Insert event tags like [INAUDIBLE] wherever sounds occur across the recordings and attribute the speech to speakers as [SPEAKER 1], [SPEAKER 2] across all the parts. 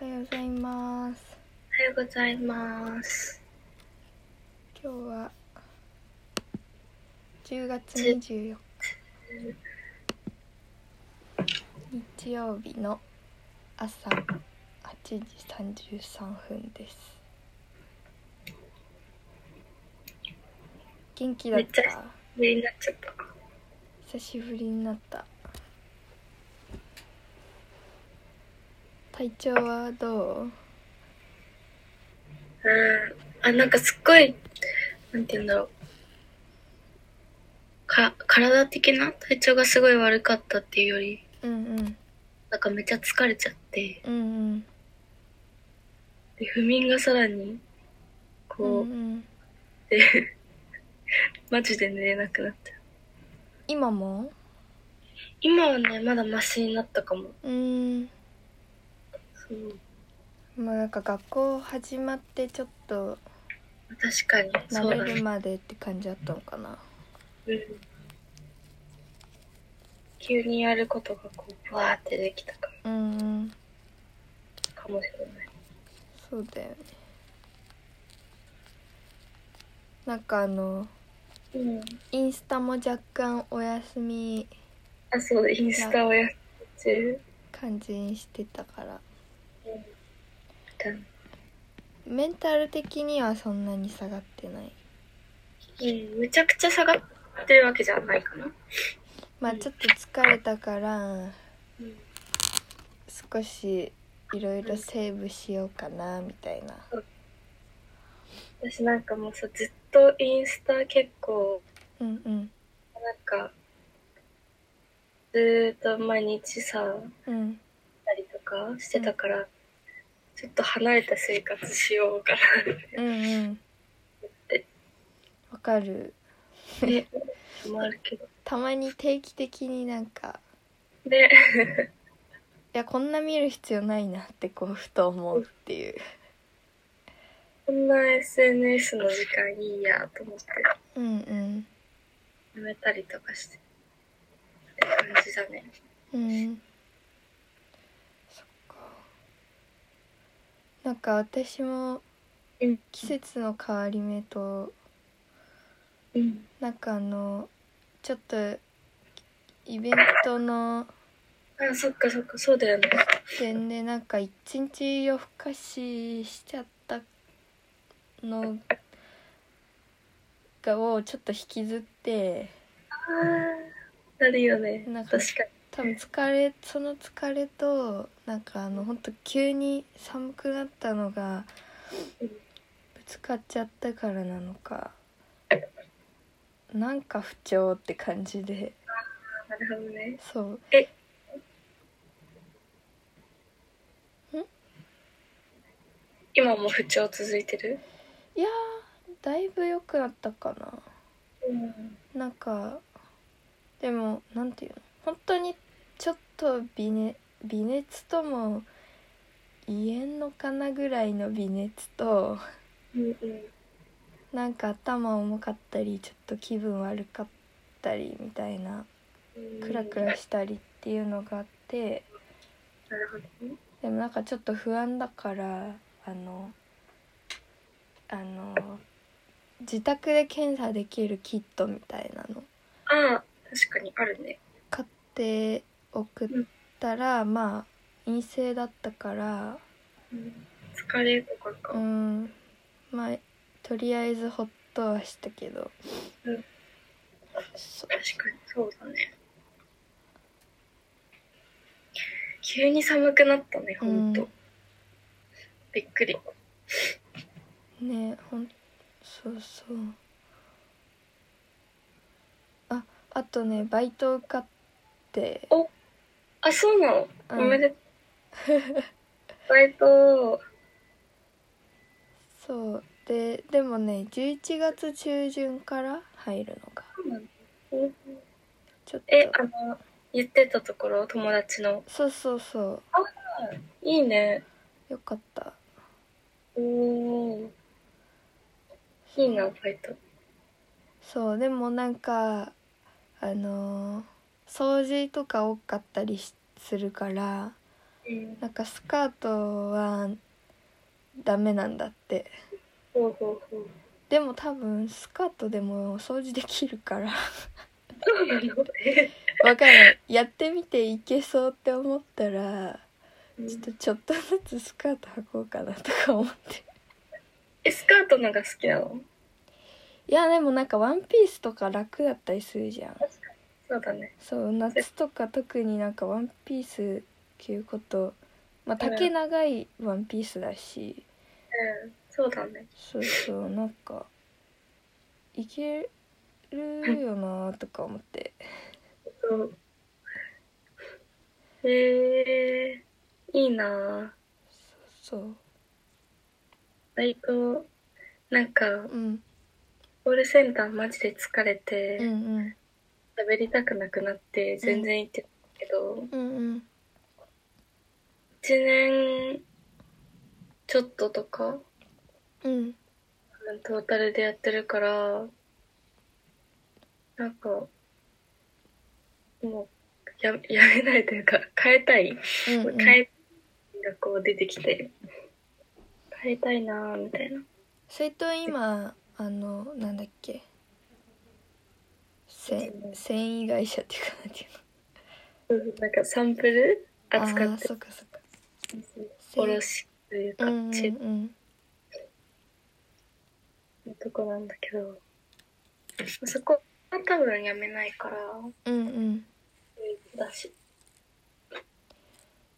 [SPEAKER 1] おはようございます。
[SPEAKER 2] おはようございます。
[SPEAKER 1] 今日は10月24日日曜日の朝8時33分です。元気だっ
[SPEAKER 2] めっち
[SPEAKER 1] た
[SPEAKER 2] ゃ上になっちゃった。
[SPEAKER 1] 久しぶりになった体調はどう
[SPEAKER 2] うん。あ、なんかすっごい、なんて言うんだろう。か、体的な体調がすごい悪かったっていうより、
[SPEAKER 1] うんうん
[SPEAKER 2] なんかめっちゃ疲れちゃって、
[SPEAKER 1] うんうん
[SPEAKER 2] で不眠がさらに、
[SPEAKER 1] う
[SPEAKER 2] こう、
[SPEAKER 1] んうん
[SPEAKER 2] で、 [LAUGHS] マジで寝れなくなっちゃう。
[SPEAKER 1] 今も
[SPEAKER 2] 今はね、まだマシになったかも。
[SPEAKER 1] うん
[SPEAKER 2] そう。
[SPEAKER 1] もうなんか学校始まってちょっと
[SPEAKER 2] 確かに、そう
[SPEAKER 1] 慣
[SPEAKER 2] だ
[SPEAKER 1] れ
[SPEAKER 2] ね
[SPEAKER 1] る。までって感じだったのかな
[SPEAKER 2] うん。急にやることがこう、わーってできたか
[SPEAKER 1] うんうん
[SPEAKER 2] かもしれない。
[SPEAKER 1] そうだよねなんかあの
[SPEAKER 2] うん。
[SPEAKER 1] インスタも若干お休み
[SPEAKER 2] あ、そう、インスタをやってる。
[SPEAKER 1] 感じにしてたから
[SPEAKER 2] うん。
[SPEAKER 1] メンタル的にはそんなに下がってない
[SPEAKER 2] めちゃくちゃ下がってるわけじゃないかな。
[SPEAKER 1] まあちょっと疲れたから
[SPEAKER 2] うん。
[SPEAKER 1] 少しいろいろセーブしようかなみたいな
[SPEAKER 2] 私なんかもうさ、ずっとインスタ結構、
[SPEAKER 1] うんうん
[SPEAKER 2] なんか、ずーっと毎日さ、や
[SPEAKER 1] うん
[SPEAKER 2] ったりとかしてたから、ちょっと離れた生活しようか
[SPEAKER 1] うんうんわかる
[SPEAKER 2] な。 [LAUGHS] ね。もあるけど。
[SPEAKER 1] たまに定期的になんか
[SPEAKER 2] で、 [LAUGHS]
[SPEAKER 1] いやこんな見る必要ないなってこうふと思うっていう
[SPEAKER 2] こんな SNS の時間いいやと思って、
[SPEAKER 1] うんうん
[SPEAKER 2] やめたりとかして。って感じだね。
[SPEAKER 1] うんそっかなんか私も
[SPEAKER 2] うん
[SPEAKER 1] 季節の変わり目と
[SPEAKER 2] うん。
[SPEAKER 1] なんかあのちょっとイベントの
[SPEAKER 2] あ、そっかそっか、そうだよね。
[SPEAKER 1] 点でなんか一日夜更かししちゃったのがをちょっと引きずって
[SPEAKER 2] あーなるよね。
[SPEAKER 1] なん
[SPEAKER 2] 確
[SPEAKER 1] か
[SPEAKER 2] か
[SPEAKER 1] 多分疲れその疲れとなんかあの本当急に寒くなったのが
[SPEAKER 2] うん
[SPEAKER 1] ぶつかっちゃったからなのかなんか不調って感じで
[SPEAKER 2] に。なるほどね。
[SPEAKER 1] そう
[SPEAKER 2] 今も不調続いてる
[SPEAKER 1] いやーだいぶ良くなったか
[SPEAKER 2] うん。
[SPEAKER 1] ななんかでもなんていうの本当にちょっと微熱微熱とも言えんのかなぐらいの微熱と
[SPEAKER 2] うん
[SPEAKER 1] なんか頭重かったりちょっと気分悪かったりみたいな
[SPEAKER 2] うん。
[SPEAKER 1] クラクラしたりっていうのがあって
[SPEAKER 2] なるほどね。
[SPEAKER 1] でもなんかちょっと不安だからあのあの自宅で検査できるキットみたいなの
[SPEAKER 2] ああ、確かにあるね。
[SPEAKER 1] 買って送ったらまあ陰性だったから
[SPEAKER 2] うん。疲れとかか。
[SPEAKER 1] う
[SPEAKER 2] うん
[SPEAKER 1] まあとりあえずほっとはしたけど、
[SPEAKER 2] うん
[SPEAKER 1] そ
[SPEAKER 2] 確かに、そうだね。急に寒くなったね、ほん
[SPEAKER 1] う
[SPEAKER 2] と
[SPEAKER 1] ん。
[SPEAKER 2] びっくり。
[SPEAKER 1] ねほんそうそうああとねバイト受かって
[SPEAKER 2] あ、そうなの
[SPEAKER 1] う
[SPEAKER 2] お
[SPEAKER 1] ん [LAUGHS]
[SPEAKER 2] めでとう。バイト、
[SPEAKER 1] そうででもね11月中旬から入るのが
[SPEAKER 2] うん
[SPEAKER 1] ちょっと
[SPEAKER 2] え、あの、言ってたところ、友達の。
[SPEAKER 1] そうそうそ
[SPEAKER 2] いいね。
[SPEAKER 1] うよかった
[SPEAKER 2] うん。いいな、ファイト。
[SPEAKER 1] そうでもなんかあのー掃除とか多かったりしするから
[SPEAKER 2] うん
[SPEAKER 1] なんかスカートはダメなんだって
[SPEAKER 2] ほうほうほう
[SPEAKER 1] でも多分スカートでも掃除できるから
[SPEAKER 2] そうなの
[SPEAKER 1] わかんないやってみていけそうって思ったら
[SPEAKER 2] うん
[SPEAKER 1] ちょっとちょっとずつスカート履こうかなとか思って
[SPEAKER 2] えスカートのが好きなの
[SPEAKER 1] いやでもなんかワンピースとか楽だったりするじゃん
[SPEAKER 2] そうだね
[SPEAKER 1] そう夏とか特になんかワンピース着ることまあ丈長いワンピースだし
[SPEAKER 2] うんそうだね
[SPEAKER 1] そうそうなんかいけるよなとか思って
[SPEAKER 2] そうへえいいなぁ
[SPEAKER 1] そう
[SPEAKER 2] 割となんか
[SPEAKER 1] うん
[SPEAKER 2] コールセンターマジで疲れ
[SPEAKER 1] うんう
[SPEAKER 2] て
[SPEAKER 1] ん
[SPEAKER 2] 喋りたくなくなって全然行ってたけど
[SPEAKER 1] うんうん
[SPEAKER 2] 1年ちょっととか
[SPEAKER 1] うん
[SPEAKER 2] トータルでやってるからなんかもうややめないというか変えたい
[SPEAKER 1] うんうん
[SPEAKER 2] 変えがこう出てきて変えたいなぁみたいな
[SPEAKER 1] それと今あのなんだっけせ繊維会社っていうかなんていう
[SPEAKER 2] うんなんかサンプル
[SPEAKER 1] の
[SPEAKER 2] 扱
[SPEAKER 1] あ
[SPEAKER 2] っ
[SPEAKER 1] ー
[SPEAKER 2] て
[SPEAKER 1] そっかそっか
[SPEAKER 2] おろしというか
[SPEAKER 1] うんうん
[SPEAKER 2] チェ
[SPEAKER 1] うん
[SPEAKER 2] のとこなんだけどそこは多分やめないから
[SPEAKER 1] うんうん
[SPEAKER 2] だし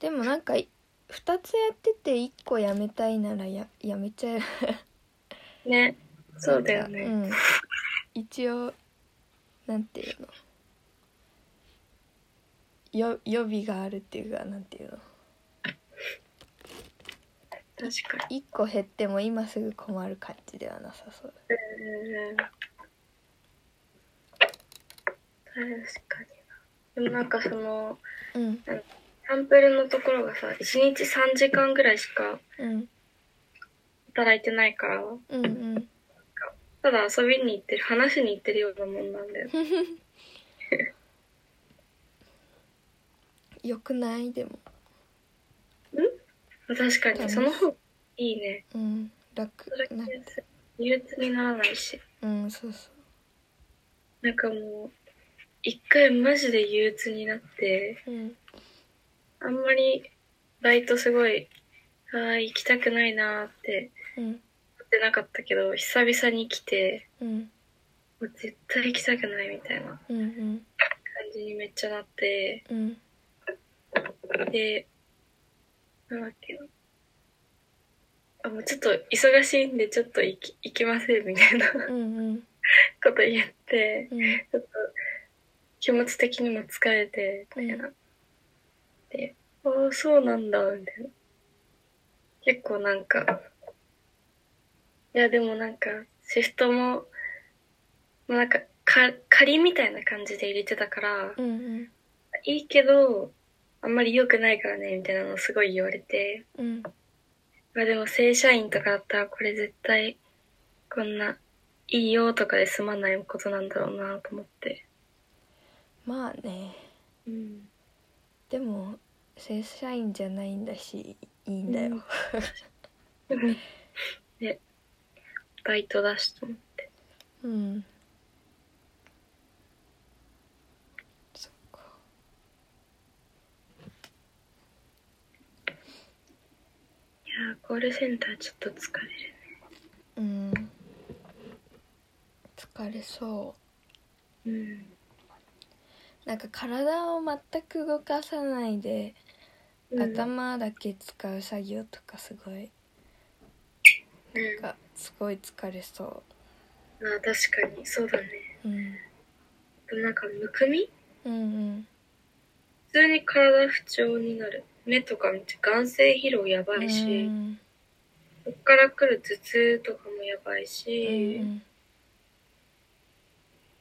[SPEAKER 1] でもなんかい二つやってて一個やめたいならややめちゃえば
[SPEAKER 2] ねそうだよね、
[SPEAKER 1] うん、一応なんていうのよ予備があるっていうかなんていうの
[SPEAKER 2] 確かに
[SPEAKER 1] 一個減っても今すぐ困る感じではなさそう
[SPEAKER 2] うん確かになでもなんかその
[SPEAKER 1] うん
[SPEAKER 2] サンプルのところがさ1日3時間ぐらいしか
[SPEAKER 1] うん
[SPEAKER 2] 働いてないから
[SPEAKER 1] うんうん
[SPEAKER 2] ただ遊びに行ってる話しに行ってるようなもんなんだよ
[SPEAKER 1] よくないでも
[SPEAKER 2] 確かにその方がいいね
[SPEAKER 1] うん楽
[SPEAKER 2] それ
[SPEAKER 1] なんか
[SPEAKER 2] 憂鬱にならないし
[SPEAKER 1] うんそうそ
[SPEAKER 2] なんかもう一回マジで憂鬱になって
[SPEAKER 1] ううん
[SPEAKER 2] あんまりバイトすごいあー行きたくないなーって
[SPEAKER 1] うん
[SPEAKER 2] 思ってなかったけど久々に来て
[SPEAKER 1] うん
[SPEAKER 2] もう絶対行きたくないみたいな感
[SPEAKER 1] うんうん
[SPEAKER 2] じにめっちゃなって
[SPEAKER 1] うん
[SPEAKER 2] でなんだっけなあもうちょっと忙しいんでちょっと行き行きませんみたいなこ
[SPEAKER 1] うんうん
[SPEAKER 2] と言って
[SPEAKER 1] うん
[SPEAKER 2] ちょっと気持ち的にも疲れてみたいな。で、ああ、そうなんだ、みたいな。結構なんか、いや、でもなんか、シフトも、まあ、なんかか、仮みたいな感じで入れてたから、
[SPEAKER 1] うんうん
[SPEAKER 2] いいけど、あんまり良くないからね、みたいなのすごい言われて、
[SPEAKER 1] うん
[SPEAKER 2] まあでも正社員とかだったら、これ絶対、こんな、いいよとかで済まないことなんだろうなと思って。
[SPEAKER 1] まあね
[SPEAKER 2] うん
[SPEAKER 1] でも正社員じゃないんだしいいんだよ、
[SPEAKER 2] うん [LAUGHS] で、バイトだしと思って。
[SPEAKER 1] うん。そっか。
[SPEAKER 2] いやーコールセンターちょっと疲れる。
[SPEAKER 1] うん。疲れそ
[SPEAKER 2] うん。
[SPEAKER 1] う。なんか体を全く動かさないで、
[SPEAKER 2] うん、
[SPEAKER 1] 頭だけ使う作業とかすごい、
[SPEAKER 2] うん、あ
[SPEAKER 1] がすごい疲れそ
[SPEAKER 2] ー確かにそうだね
[SPEAKER 1] う。うん。
[SPEAKER 2] でもなんかむくみ
[SPEAKER 1] うんうん。
[SPEAKER 2] 普通に体不調になる目とか見て眼性疲労やばいし、
[SPEAKER 1] うん
[SPEAKER 2] こっから来る頭痛とかもやばい
[SPEAKER 1] うん
[SPEAKER 2] し、
[SPEAKER 1] うん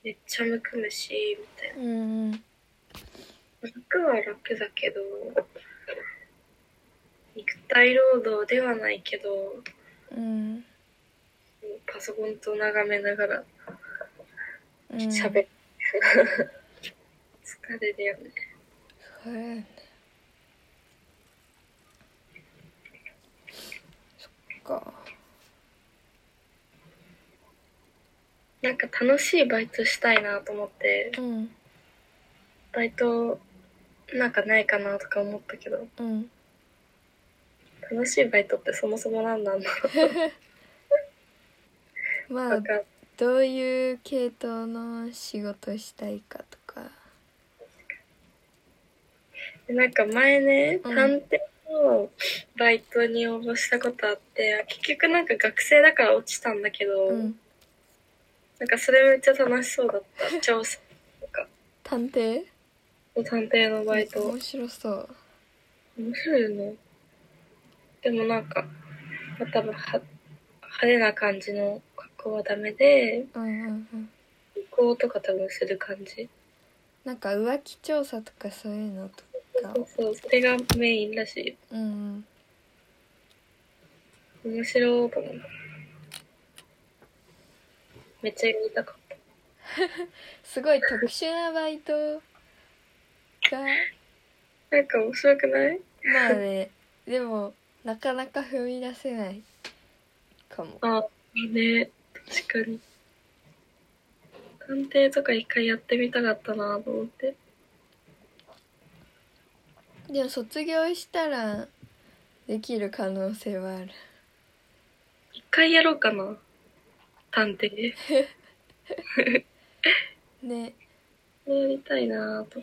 [SPEAKER 2] めっちゃむくむしみたい
[SPEAKER 1] うんうん
[SPEAKER 2] な楽は楽だけど肉体労働ではないけど
[SPEAKER 1] うん
[SPEAKER 2] パソコンと眺めながら
[SPEAKER 1] うん
[SPEAKER 2] 喋る、 [LAUGHS] 疲れるよね
[SPEAKER 1] 疲れるね
[SPEAKER 2] なんか楽しいバイトしたいなと思って、
[SPEAKER 1] うん
[SPEAKER 2] バイトなんかないかなとか思ったけど、
[SPEAKER 1] うん
[SPEAKER 2] 楽しいバイトってそもそも何なんだ
[SPEAKER 1] ま
[SPEAKER 2] ろ
[SPEAKER 1] あ
[SPEAKER 2] うか、
[SPEAKER 1] どういう系統の仕事したいかとか
[SPEAKER 2] なんか前ね、
[SPEAKER 1] うん
[SPEAKER 2] 探偵のバイトに応募したことあって、結局なんか学生だから落ちたんだけど、
[SPEAKER 1] うん
[SPEAKER 2] なんかそれめっちゃ楽しそうだった。調査とか、
[SPEAKER 1] 探偵
[SPEAKER 2] 探偵のバイト。
[SPEAKER 1] 面白そう
[SPEAKER 2] 面白いよね。でもなんか、まあ、多分は、派手な感じの格好はダメで、
[SPEAKER 1] うんうんうん
[SPEAKER 2] 旅行とか多分する感じ。
[SPEAKER 1] なんか浮気調査とかそういうのとか
[SPEAKER 2] そうそう、それがメインらし
[SPEAKER 1] うんうん
[SPEAKER 2] い。面白いと思う。めっちゃやりたかった。
[SPEAKER 1] すごい特殊なバイトが
[SPEAKER 2] なんか面白くない
[SPEAKER 1] まあね [LAUGHS] でもなかなか踏み出せないかも
[SPEAKER 2] あ、いいね。確かに。探偵とか一回やってみたかったなと思って。
[SPEAKER 1] でも卒業したらできる可能性はある
[SPEAKER 2] 一回やろうかな。探偵。
[SPEAKER 1] ね
[SPEAKER 2] やりたいなぁと。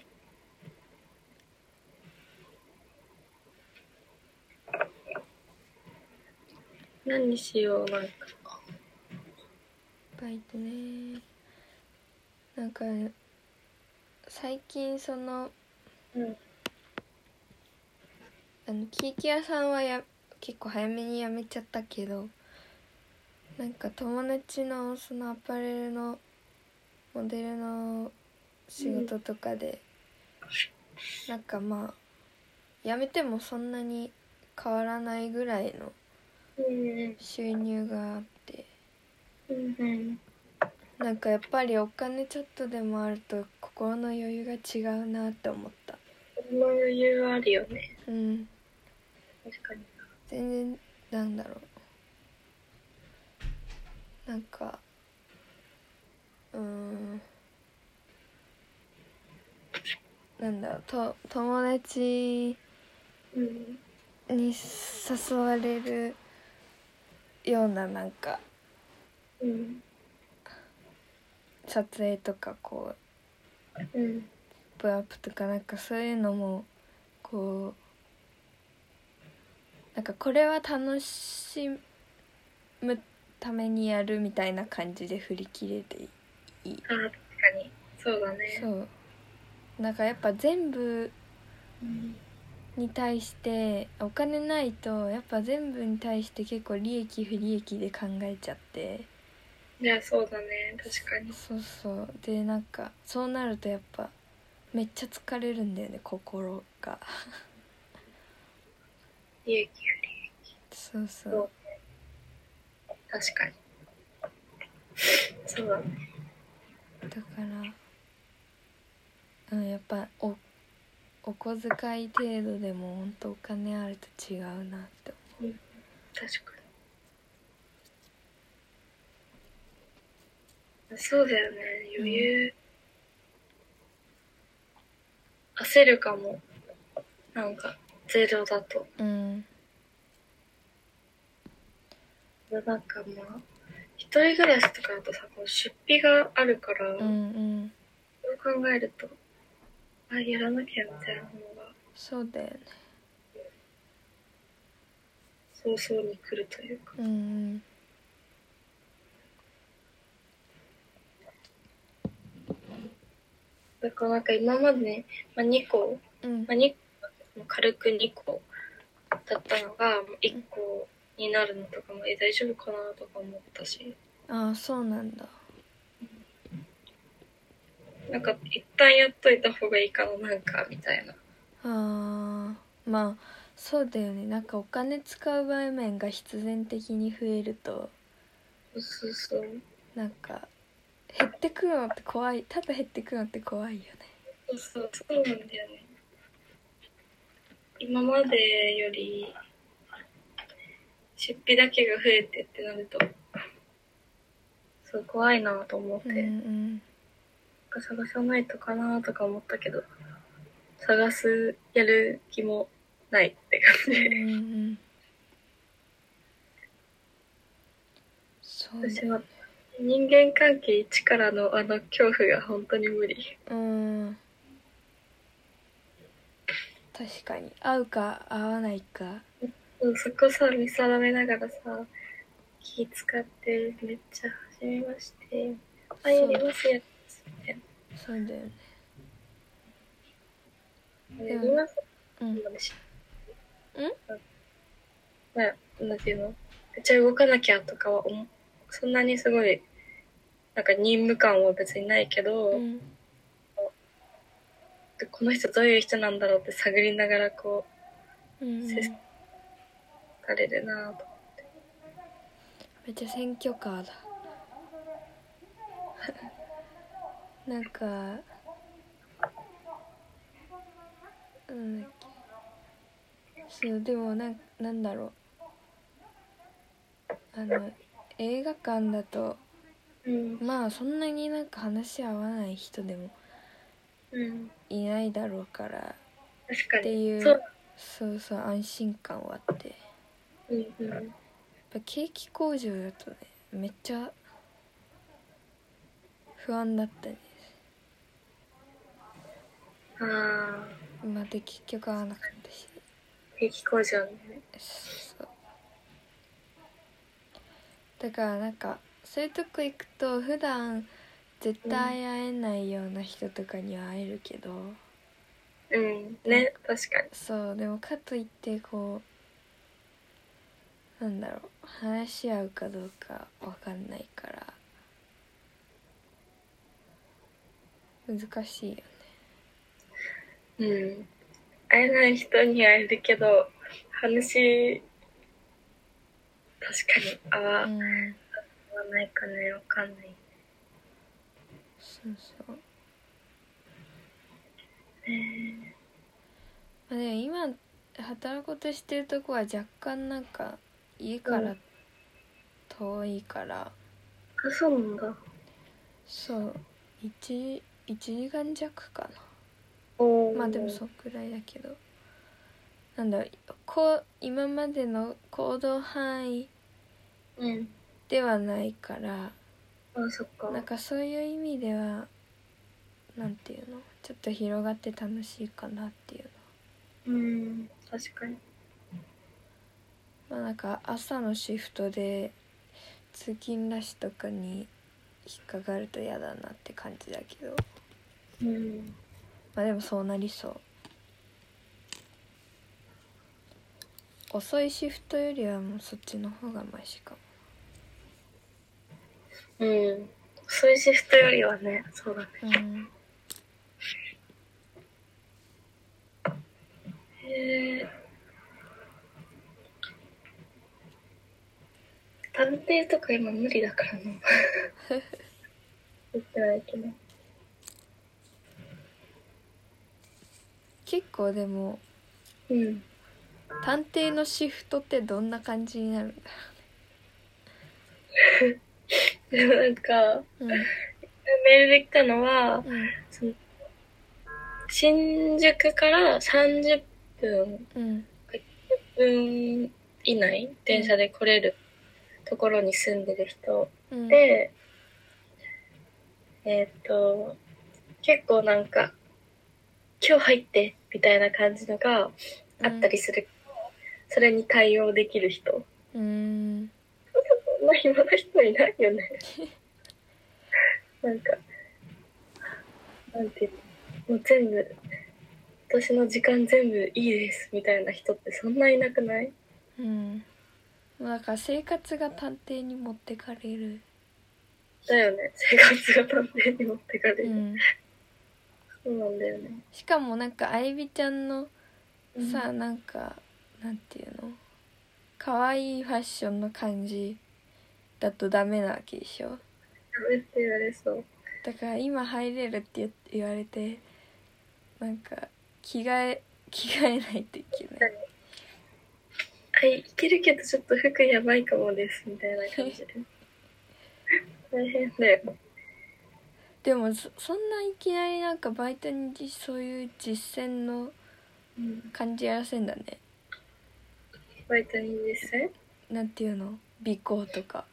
[SPEAKER 2] 何にしよう、なんか。
[SPEAKER 1] バイトねなんか最近その
[SPEAKER 2] うん。
[SPEAKER 1] あのケーキ屋さんはや結構早めに辞めちゃったけどなんか友達のそのアパレルのモデルの仕事とかで、なんかまあ辞めてもそんなに変わらないぐらいの
[SPEAKER 2] うん。
[SPEAKER 1] 収入があって
[SPEAKER 2] うん。
[SPEAKER 1] なんかやっぱりお金ちょっとでもあると心の余裕が違うなって思った
[SPEAKER 2] その余裕はあるよね。
[SPEAKER 1] うん
[SPEAKER 2] 確かに。
[SPEAKER 1] 全然なんだろうなんかうーんなんだろうと友達
[SPEAKER 2] うん。
[SPEAKER 1] に誘われるようななんか
[SPEAKER 2] うん。
[SPEAKER 1] 撮影とかこう
[SPEAKER 2] うん。
[SPEAKER 1] アップアップとかなんかそういうのもこうなんかこれは楽しむためにやるみたいな感じで振り切れていい
[SPEAKER 2] あー、確かに。そうだね。
[SPEAKER 1] そうなんかやっぱ全部
[SPEAKER 2] うん。
[SPEAKER 1] に対してお金ないとやっぱ全部に対して結構利益不利益で考えちゃって
[SPEAKER 2] いや、そうだね。確かに。
[SPEAKER 1] そうそうでなんかそうなるとやっぱめっちゃ疲れるんだよね心が
[SPEAKER 2] 利益
[SPEAKER 1] そうそ
[SPEAKER 2] 不
[SPEAKER 1] う
[SPEAKER 2] 利益。確かに。そうだね。
[SPEAKER 1] だから、うん、やっぱおお小遣い程度でも本当お金あると違うなって
[SPEAKER 2] 確かに。そうだよね、余裕。焦るかも。なんか、ゼロだと。
[SPEAKER 1] 思ううん
[SPEAKER 2] なんかまあ、一人暮らしとかだとさ、こう出費があるから、
[SPEAKER 1] うんうん
[SPEAKER 2] そう考えると、あ、やらなきゃみたいなのが、
[SPEAKER 1] そうだよね
[SPEAKER 2] 早々に来るというか。
[SPEAKER 1] うんうん
[SPEAKER 2] だからなんか今までね、まあ、2個
[SPEAKER 1] うん
[SPEAKER 2] まあ、2個軽く2個だったのが1個になるのとかもえ大丈夫かなとか思ったし
[SPEAKER 1] ああそうなんだ
[SPEAKER 2] なんか一旦やっといた方がいいかななんかみたいな
[SPEAKER 1] あーまあそうだよねなんかお金使う場面が必然的に増えると
[SPEAKER 2] そうそうそう
[SPEAKER 1] なんか減ってくのって怖いただ減ってくのって怖いよね
[SPEAKER 2] そうそうそうなんだよね今までより出費だけが増えてってなるとそう怖いなと思って、
[SPEAKER 1] うんうん
[SPEAKER 2] 探さないとかなとか思ったけど探すやる気もないって
[SPEAKER 1] う
[SPEAKER 2] 感
[SPEAKER 1] ん
[SPEAKER 2] じ
[SPEAKER 1] うんそうね
[SPEAKER 2] 私は人間関係一からのあの恐怖が本当に無理
[SPEAKER 1] うん確かに合うか合わないか
[SPEAKER 2] うんそこさ見定めながらさ気使ってめっちゃ「初めまして」「あやりますやつ」みたい
[SPEAKER 1] そうだよね
[SPEAKER 2] な「やります」
[SPEAKER 1] うん
[SPEAKER 2] でしょななんていうのめっちゃ動かなきゃとかは思そんなにすごいなんか任務感は別にないけど、
[SPEAKER 1] うん
[SPEAKER 2] でこの人どういう人なんだろうって探りながらこ
[SPEAKER 1] うん
[SPEAKER 2] う接されるなぁと
[SPEAKER 1] めっちゃ選挙カーだ [LAUGHS] なんかなんだっけそうでもなんなんだろうあの映画館だと
[SPEAKER 2] うん
[SPEAKER 1] まあそんなになんか話合わない人でも
[SPEAKER 2] うん
[SPEAKER 1] いないだろうから
[SPEAKER 2] 確かに
[SPEAKER 1] っていう
[SPEAKER 2] そう
[SPEAKER 1] そうそう安心感はあってやっ
[SPEAKER 2] うんうん
[SPEAKER 1] ぱケーキ工場だとねめっちゃ不安だったね
[SPEAKER 2] ああ
[SPEAKER 1] まあで結局会わなかったし
[SPEAKER 2] 兵器工場ね
[SPEAKER 1] そうだからなんかそういうとこ行くと普段絶対会えないような人とかには会えるけど、
[SPEAKER 2] うんね確かに
[SPEAKER 1] そうでもかといってこうなんだろう話し合うかどうかわかんないから難しいよね
[SPEAKER 2] うん会えない人に会えるけど話確かに合
[SPEAKER 1] う
[SPEAKER 2] わ合
[SPEAKER 1] ん
[SPEAKER 2] わないかねわかんない
[SPEAKER 1] そうそう
[SPEAKER 2] ね
[SPEAKER 1] まあ、でも今働こうとしてるとこは若干なんか家から遠いから、
[SPEAKER 2] あそうなんだ
[SPEAKER 1] そう1 1時間弱かな
[SPEAKER 2] おー
[SPEAKER 1] まあでもそんくらいだけどなんだろうこう今までの行動範囲
[SPEAKER 2] うん
[SPEAKER 1] ではないから
[SPEAKER 2] あそっか
[SPEAKER 1] なんかそういう意味ではなんていうのちょっと広がって楽しいかなっていう
[SPEAKER 2] うん確かに
[SPEAKER 1] まあなんか朝のシフトで通勤ラッシュとかに引っかかると嫌だなって感じだけど
[SPEAKER 2] うん
[SPEAKER 1] まあでもそうなりそう遅いシフトよりはもうそっちの方がマシかも
[SPEAKER 2] うん。そういうシフトよりはね、そうだね。
[SPEAKER 1] うん
[SPEAKER 2] へえ。探偵とか今無理だから [LAUGHS] な。言ってないけど。
[SPEAKER 1] 結構でも
[SPEAKER 2] うん。
[SPEAKER 1] 探偵のシフトってどんな感じになるんだ
[SPEAKER 2] でもなんか、
[SPEAKER 1] うん
[SPEAKER 2] メールで来たのは、
[SPEAKER 1] うん
[SPEAKER 2] その新宿から30分、
[SPEAKER 1] うん
[SPEAKER 2] 分以内、電車で来れるところに住んでる人。
[SPEAKER 1] うん
[SPEAKER 2] で、えーっと、結構なんか、今日入ってみたいな感じのがあったりする。それに対応できる人。
[SPEAKER 1] うん
[SPEAKER 2] そんな暇な人いないよね。なんか、なんていうのもう全部、私の時間全部いいですみたいな人ってそんないなくない
[SPEAKER 1] うんもうだから生活が探偵に持ってかれる
[SPEAKER 2] だよね。生活が探偵に持ってかれ
[SPEAKER 1] う
[SPEAKER 2] る。
[SPEAKER 1] ん
[SPEAKER 2] そうなんだよね。
[SPEAKER 1] しかもなんかあいびちゃんの
[SPEAKER 2] うん
[SPEAKER 1] さ、なんかなんていうの可愛いファッションの感じだとダメなわけでしょ
[SPEAKER 2] やめて言われそう。
[SPEAKER 1] だから今入れるって言言われてなんか着替え着替えないといけない
[SPEAKER 2] はい、いけるけどちょっと服やばいかもですみたいな感じで。 [LAUGHS] 大変だよ。
[SPEAKER 1] でもそそんないきなりなんかバイトにじそういう実践の
[SPEAKER 2] うん、
[SPEAKER 1] 感じやらせんだね
[SPEAKER 2] バイトに実際
[SPEAKER 1] なんていうの尾行とか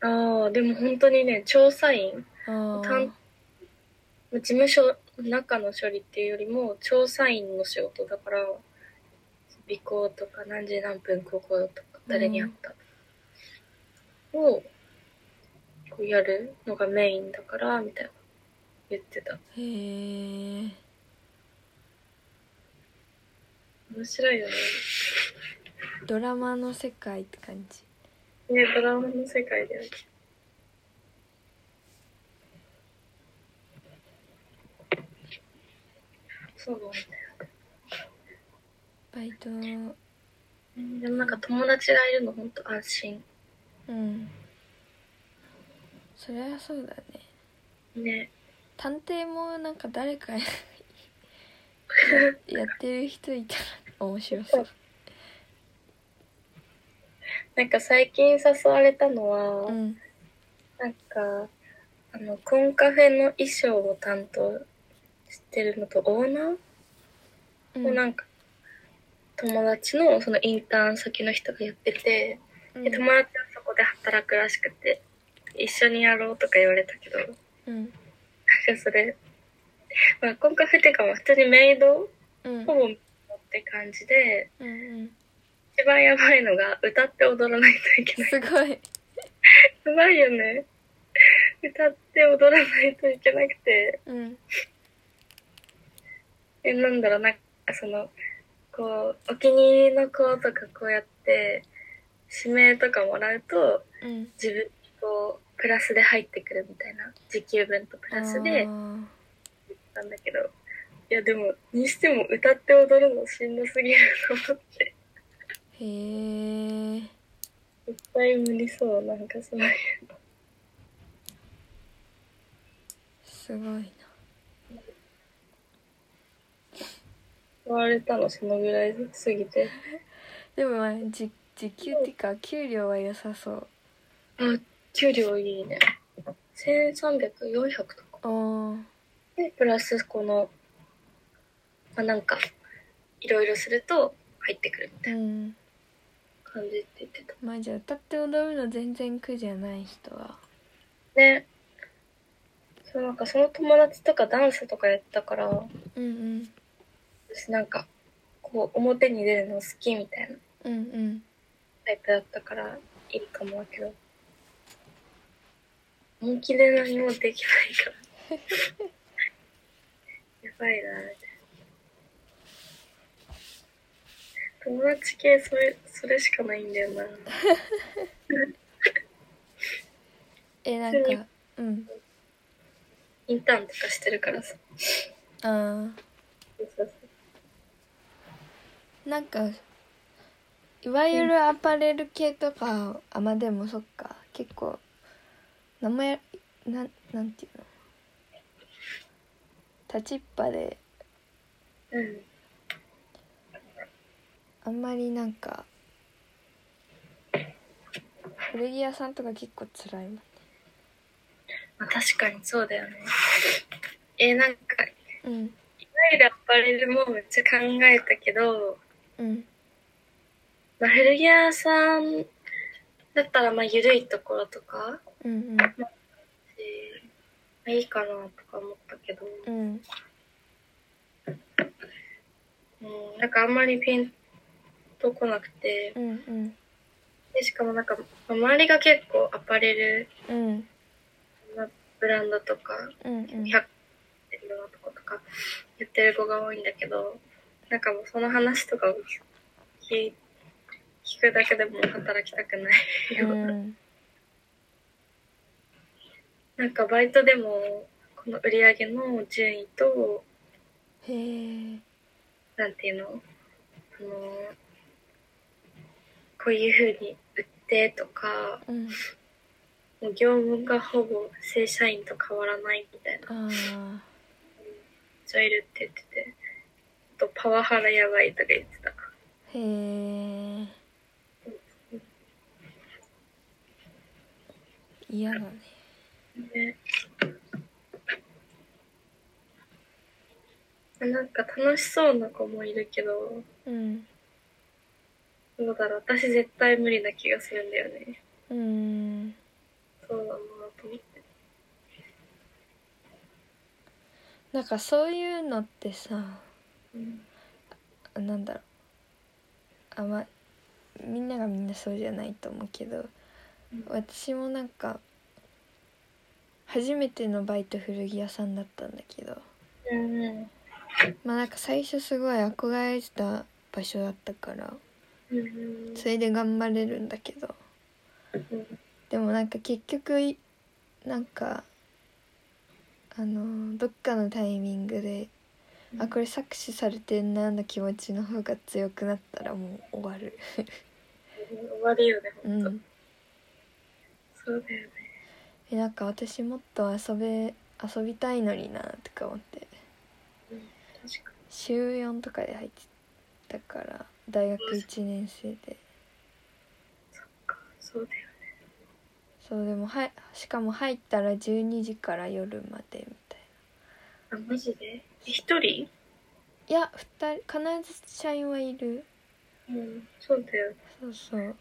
[SPEAKER 2] ああ、でも本当にね、調査員、
[SPEAKER 1] あー
[SPEAKER 2] 担事務所の中の処理っていうよりも、調査員の仕事だから、尾行とか何時何分こことか、誰に会った、を、こうやるのがメインだから、みたいな、言ってた。
[SPEAKER 1] へえ
[SPEAKER 2] 面白いよね。
[SPEAKER 1] ドラマの世界って感じ
[SPEAKER 2] ね、ドラマの世界で。そうなんだよ
[SPEAKER 1] バイトの
[SPEAKER 2] うん。でもなんか友達がいるのほんと安心。
[SPEAKER 1] うんそりゃそうだね
[SPEAKER 2] ね。
[SPEAKER 1] 探偵もなんか誰かや [LAUGHS] やってる人いたら面白そう
[SPEAKER 2] なんか最近誘われたのは、
[SPEAKER 1] うん
[SPEAKER 2] なんか、あの、コンカフェの衣装を担当してるのとオーナー
[SPEAKER 1] う
[SPEAKER 2] もなんか、友達のそのインターン先の人がやってて、
[SPEAKER 1] うん
[SPEAKER 2] で友達はそこで働くらしくて一緒にやろうとか言われたけどなんか
[SPEAKER 1] うん
[SPEAKER 2] それ、まあ、コンカフェっていうかまあ普通にメイド
[SPEAKER 1] うん
[SPEAKER 2] ほぼメイドって感じで
[SPEAKER 1] うん
[SPEAKER 2] 一番やばいのが歌って踊らないといけ
[SPEAKER 1] うん
[SPEAKER 2] ない
[SPEAKER 1] すごい
[SPEAKER 2] やばいよね歌って踊らないといけなくて
[SPEAKER 1] うん
[SPEAKER 2] えなんだろうなんかそのこうお気に入りの子とかこうやって指名とかもらうと
[SPEAKER 1] うん
[SPEAKER 2] 自分にこうプラスで入ってくるみたいな時給分とプラスで
[SPEAKER 1] あー
[SPEAKER 2] なんだけどいやでもにしても歌って踊るのしんどすぎると思って
[SPEAKER 1] へえ
[SPEAKER 2] 絶対無理そうなんかそういう
[SPEAKER 1] すごいな
[SPEAKER 2] 言われたのそのぐらいすぎて
[SPEAKER 1] でもまあじ時給っていうか給料は良さそう
[SPEAKER 2] あ給料いいね1300400とか
[SPEAKER 1] おー
[SPEAKER 2] でプラスこの、まあ、なんかいろいろすると入ってくるみた
[SPEAKER 1] う
[SPEAKER 2] いなん感じって言ってた
[SPEAKER 1] まあじゃあ歌って踊るの全然苦じゃない人は
[SPEAKER 2] ねそうなんかその友達とかダンスとかやったから
[SPEAKER 1] うんうん
[SPEAKER 2] 私なんかこう表に出るの好きみたいな
[SPEAKER 1] うんうん
[SPEAKER 2] タイプだったからいいかもだけど本気で何もできないから [LAUGHS] やばいなみたいな友達系それそれしかないんだよな
[SPEAKER 1] えなん
[SPEAKER 2] 普通
[SPEAKER 1] か
[SPEAKER 2] に
[SPEAKER 1] うん
[SPEAKER 2] インターンとかしてるからさ
[SPEAKER 1] あ
[SPEAKER 2] そうそうそう
[SPEAKER 1] ーなんかいわゆるアパレル系とかあまあでもそっか結構名前なんなんていうの立ちっぱで
[SPEAKER 2] うん
[SPEAKER 1] あんまりなんか古着屋さんとか結構辛いもん
[SPEAKER 2] まあ、確かにそうだよねえーなんかい
[SPEAKER 1] うん
[SPEAKER 2] わゆるアパレルもめっちゃ考えたけど
[SPEAKER 1] うん
[SPEAKER 2] まあ古着屋さんだったらまあ緩いところとか
[SPEAKER 1] うん
[SPEAKER 2] えーいいかなとか思ったけど、
[SPEAKER 1] うんうん
[SPEAKER 2] うん、なんかあんまりピンとこなくて
[SPEAKER 1] うんうん
[SPEAKER 2] でしかもなんかまあ周りが結構アパレル
[SPEAKER 1] うん
[SPEAKER 2] なブランドとか
[SPEAKER 1] うんうん
[SPEAKER 2] 100っていうようなとことかやってる子が多いんだけどなんかもうその話とかを聞聞聞くだけでもう働きたくないよ、
[SPEAKER 1] うん
[SPEAKER 2] [LAUGHS] なんかバイトでもこの売り上げの順位と
[SPEAKER 1] へえ
[SPEAKER 2] なんていうのあのこういう風に売ってとか
[SPEAKER 1] うん
[SPEAKER 2] もう業務がほぼ正社員と変わらないみたいな
[SPEAKER 1] ああ
[SPEAKER 2] 人いるって言っててあとパワハラやばいとか言ってた
[SPEAKER 1] へえ嫌だね
[SPEAKER 2] ね。なんか楽しそうな子もいるけど、
[SPEAKER 1] うん
[SPEAKER 2] どうだろう。私絶対無理な気がするんだよね。
[SPEAKER 1] うーん
[SPEAKER 2] そうだなと思って。
[SPEAKER 1] なんかそういうのってさ
[SPEAKER 2] うん。
[SPEAKER 1] なんだろうあまみんながみんなそうじゃないと思うけど
[SPEAKER 2] うん
[SPEAKER 1] 私もなんか初めてのバイト古着屋さんだったんだけど
[SPEAKER 2] うん。
[SPEAKER 1] まあなんか最初すごい憧れてた場所だったから
[SPEAKER 2] うん。
[SPEAKER 1] それで頑張れるんだけどでもなんか結局いなんかあのどっかのタイミングであこれ搾取されてんなの気持ちの方が強くなったらもう終わる
[SPEAKER 2] 終わりよね、
[SPEAKER 1] う
[SPEAKER 2] ほんと。
[SPEAKER 1] ん
[SPEAKER 2] そうだよね。
[SPEAKER 1] えなんか私もっと遊べ遊びたいのになとか思って
[SPEAKER 2] 確か
[SPEAKER 1] 週4とかで入ってたから大学1年生で
[SPEAKER 2] に。そうだよね。
[SPEAKER 1] そうでもはいしかも入ったら12時から夜までみたい
[SPEAKER 2] あ、マジでえ一人
[SPEAKER 1] ないや2人必ず社員はいる
[SPEAKER 2] うん。そうだよね。
[SPEAKER 1] そうそう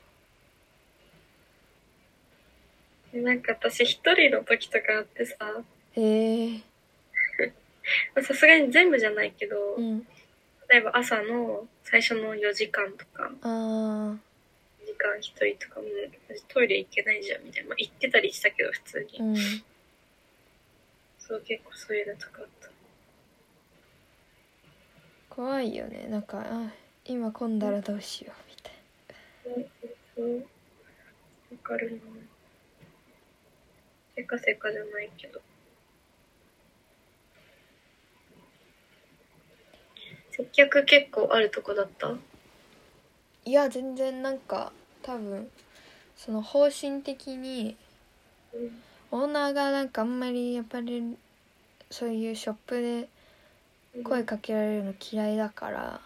[SPEAKER 2] えなんか私一人の時とかあってさ、
[SPEAKER 1] へえー、
[SPEAKER 2] まあさすがに全部じゃないけど、
[SPEAKER 1] うん
[SPEAKER 2] 例えば朝の最初の4時間とか、
[SPEAKER 1] あ
[SPEAKER 2] 2時間一人とかも、トイレ行けないじゃんみたいな。まあ、行ってたりしたけど、普通に。
[SPEAKER 1] ーうん
[SPEAKER 2] そう、結構そういうのとかあった。
[SPEAKER 1] 怖いよねなんかあ今混んだらどうしようみたい
[SPEAKER 2] うんそう。わかるな。せかせかじゃないけど。接客結構あるとこだったうん
[SPEAKER 1] ないや全然なんか多分その方針的にオーナーがなんかあんまりやっぱりそういうショップで声かけられるの嫌いだから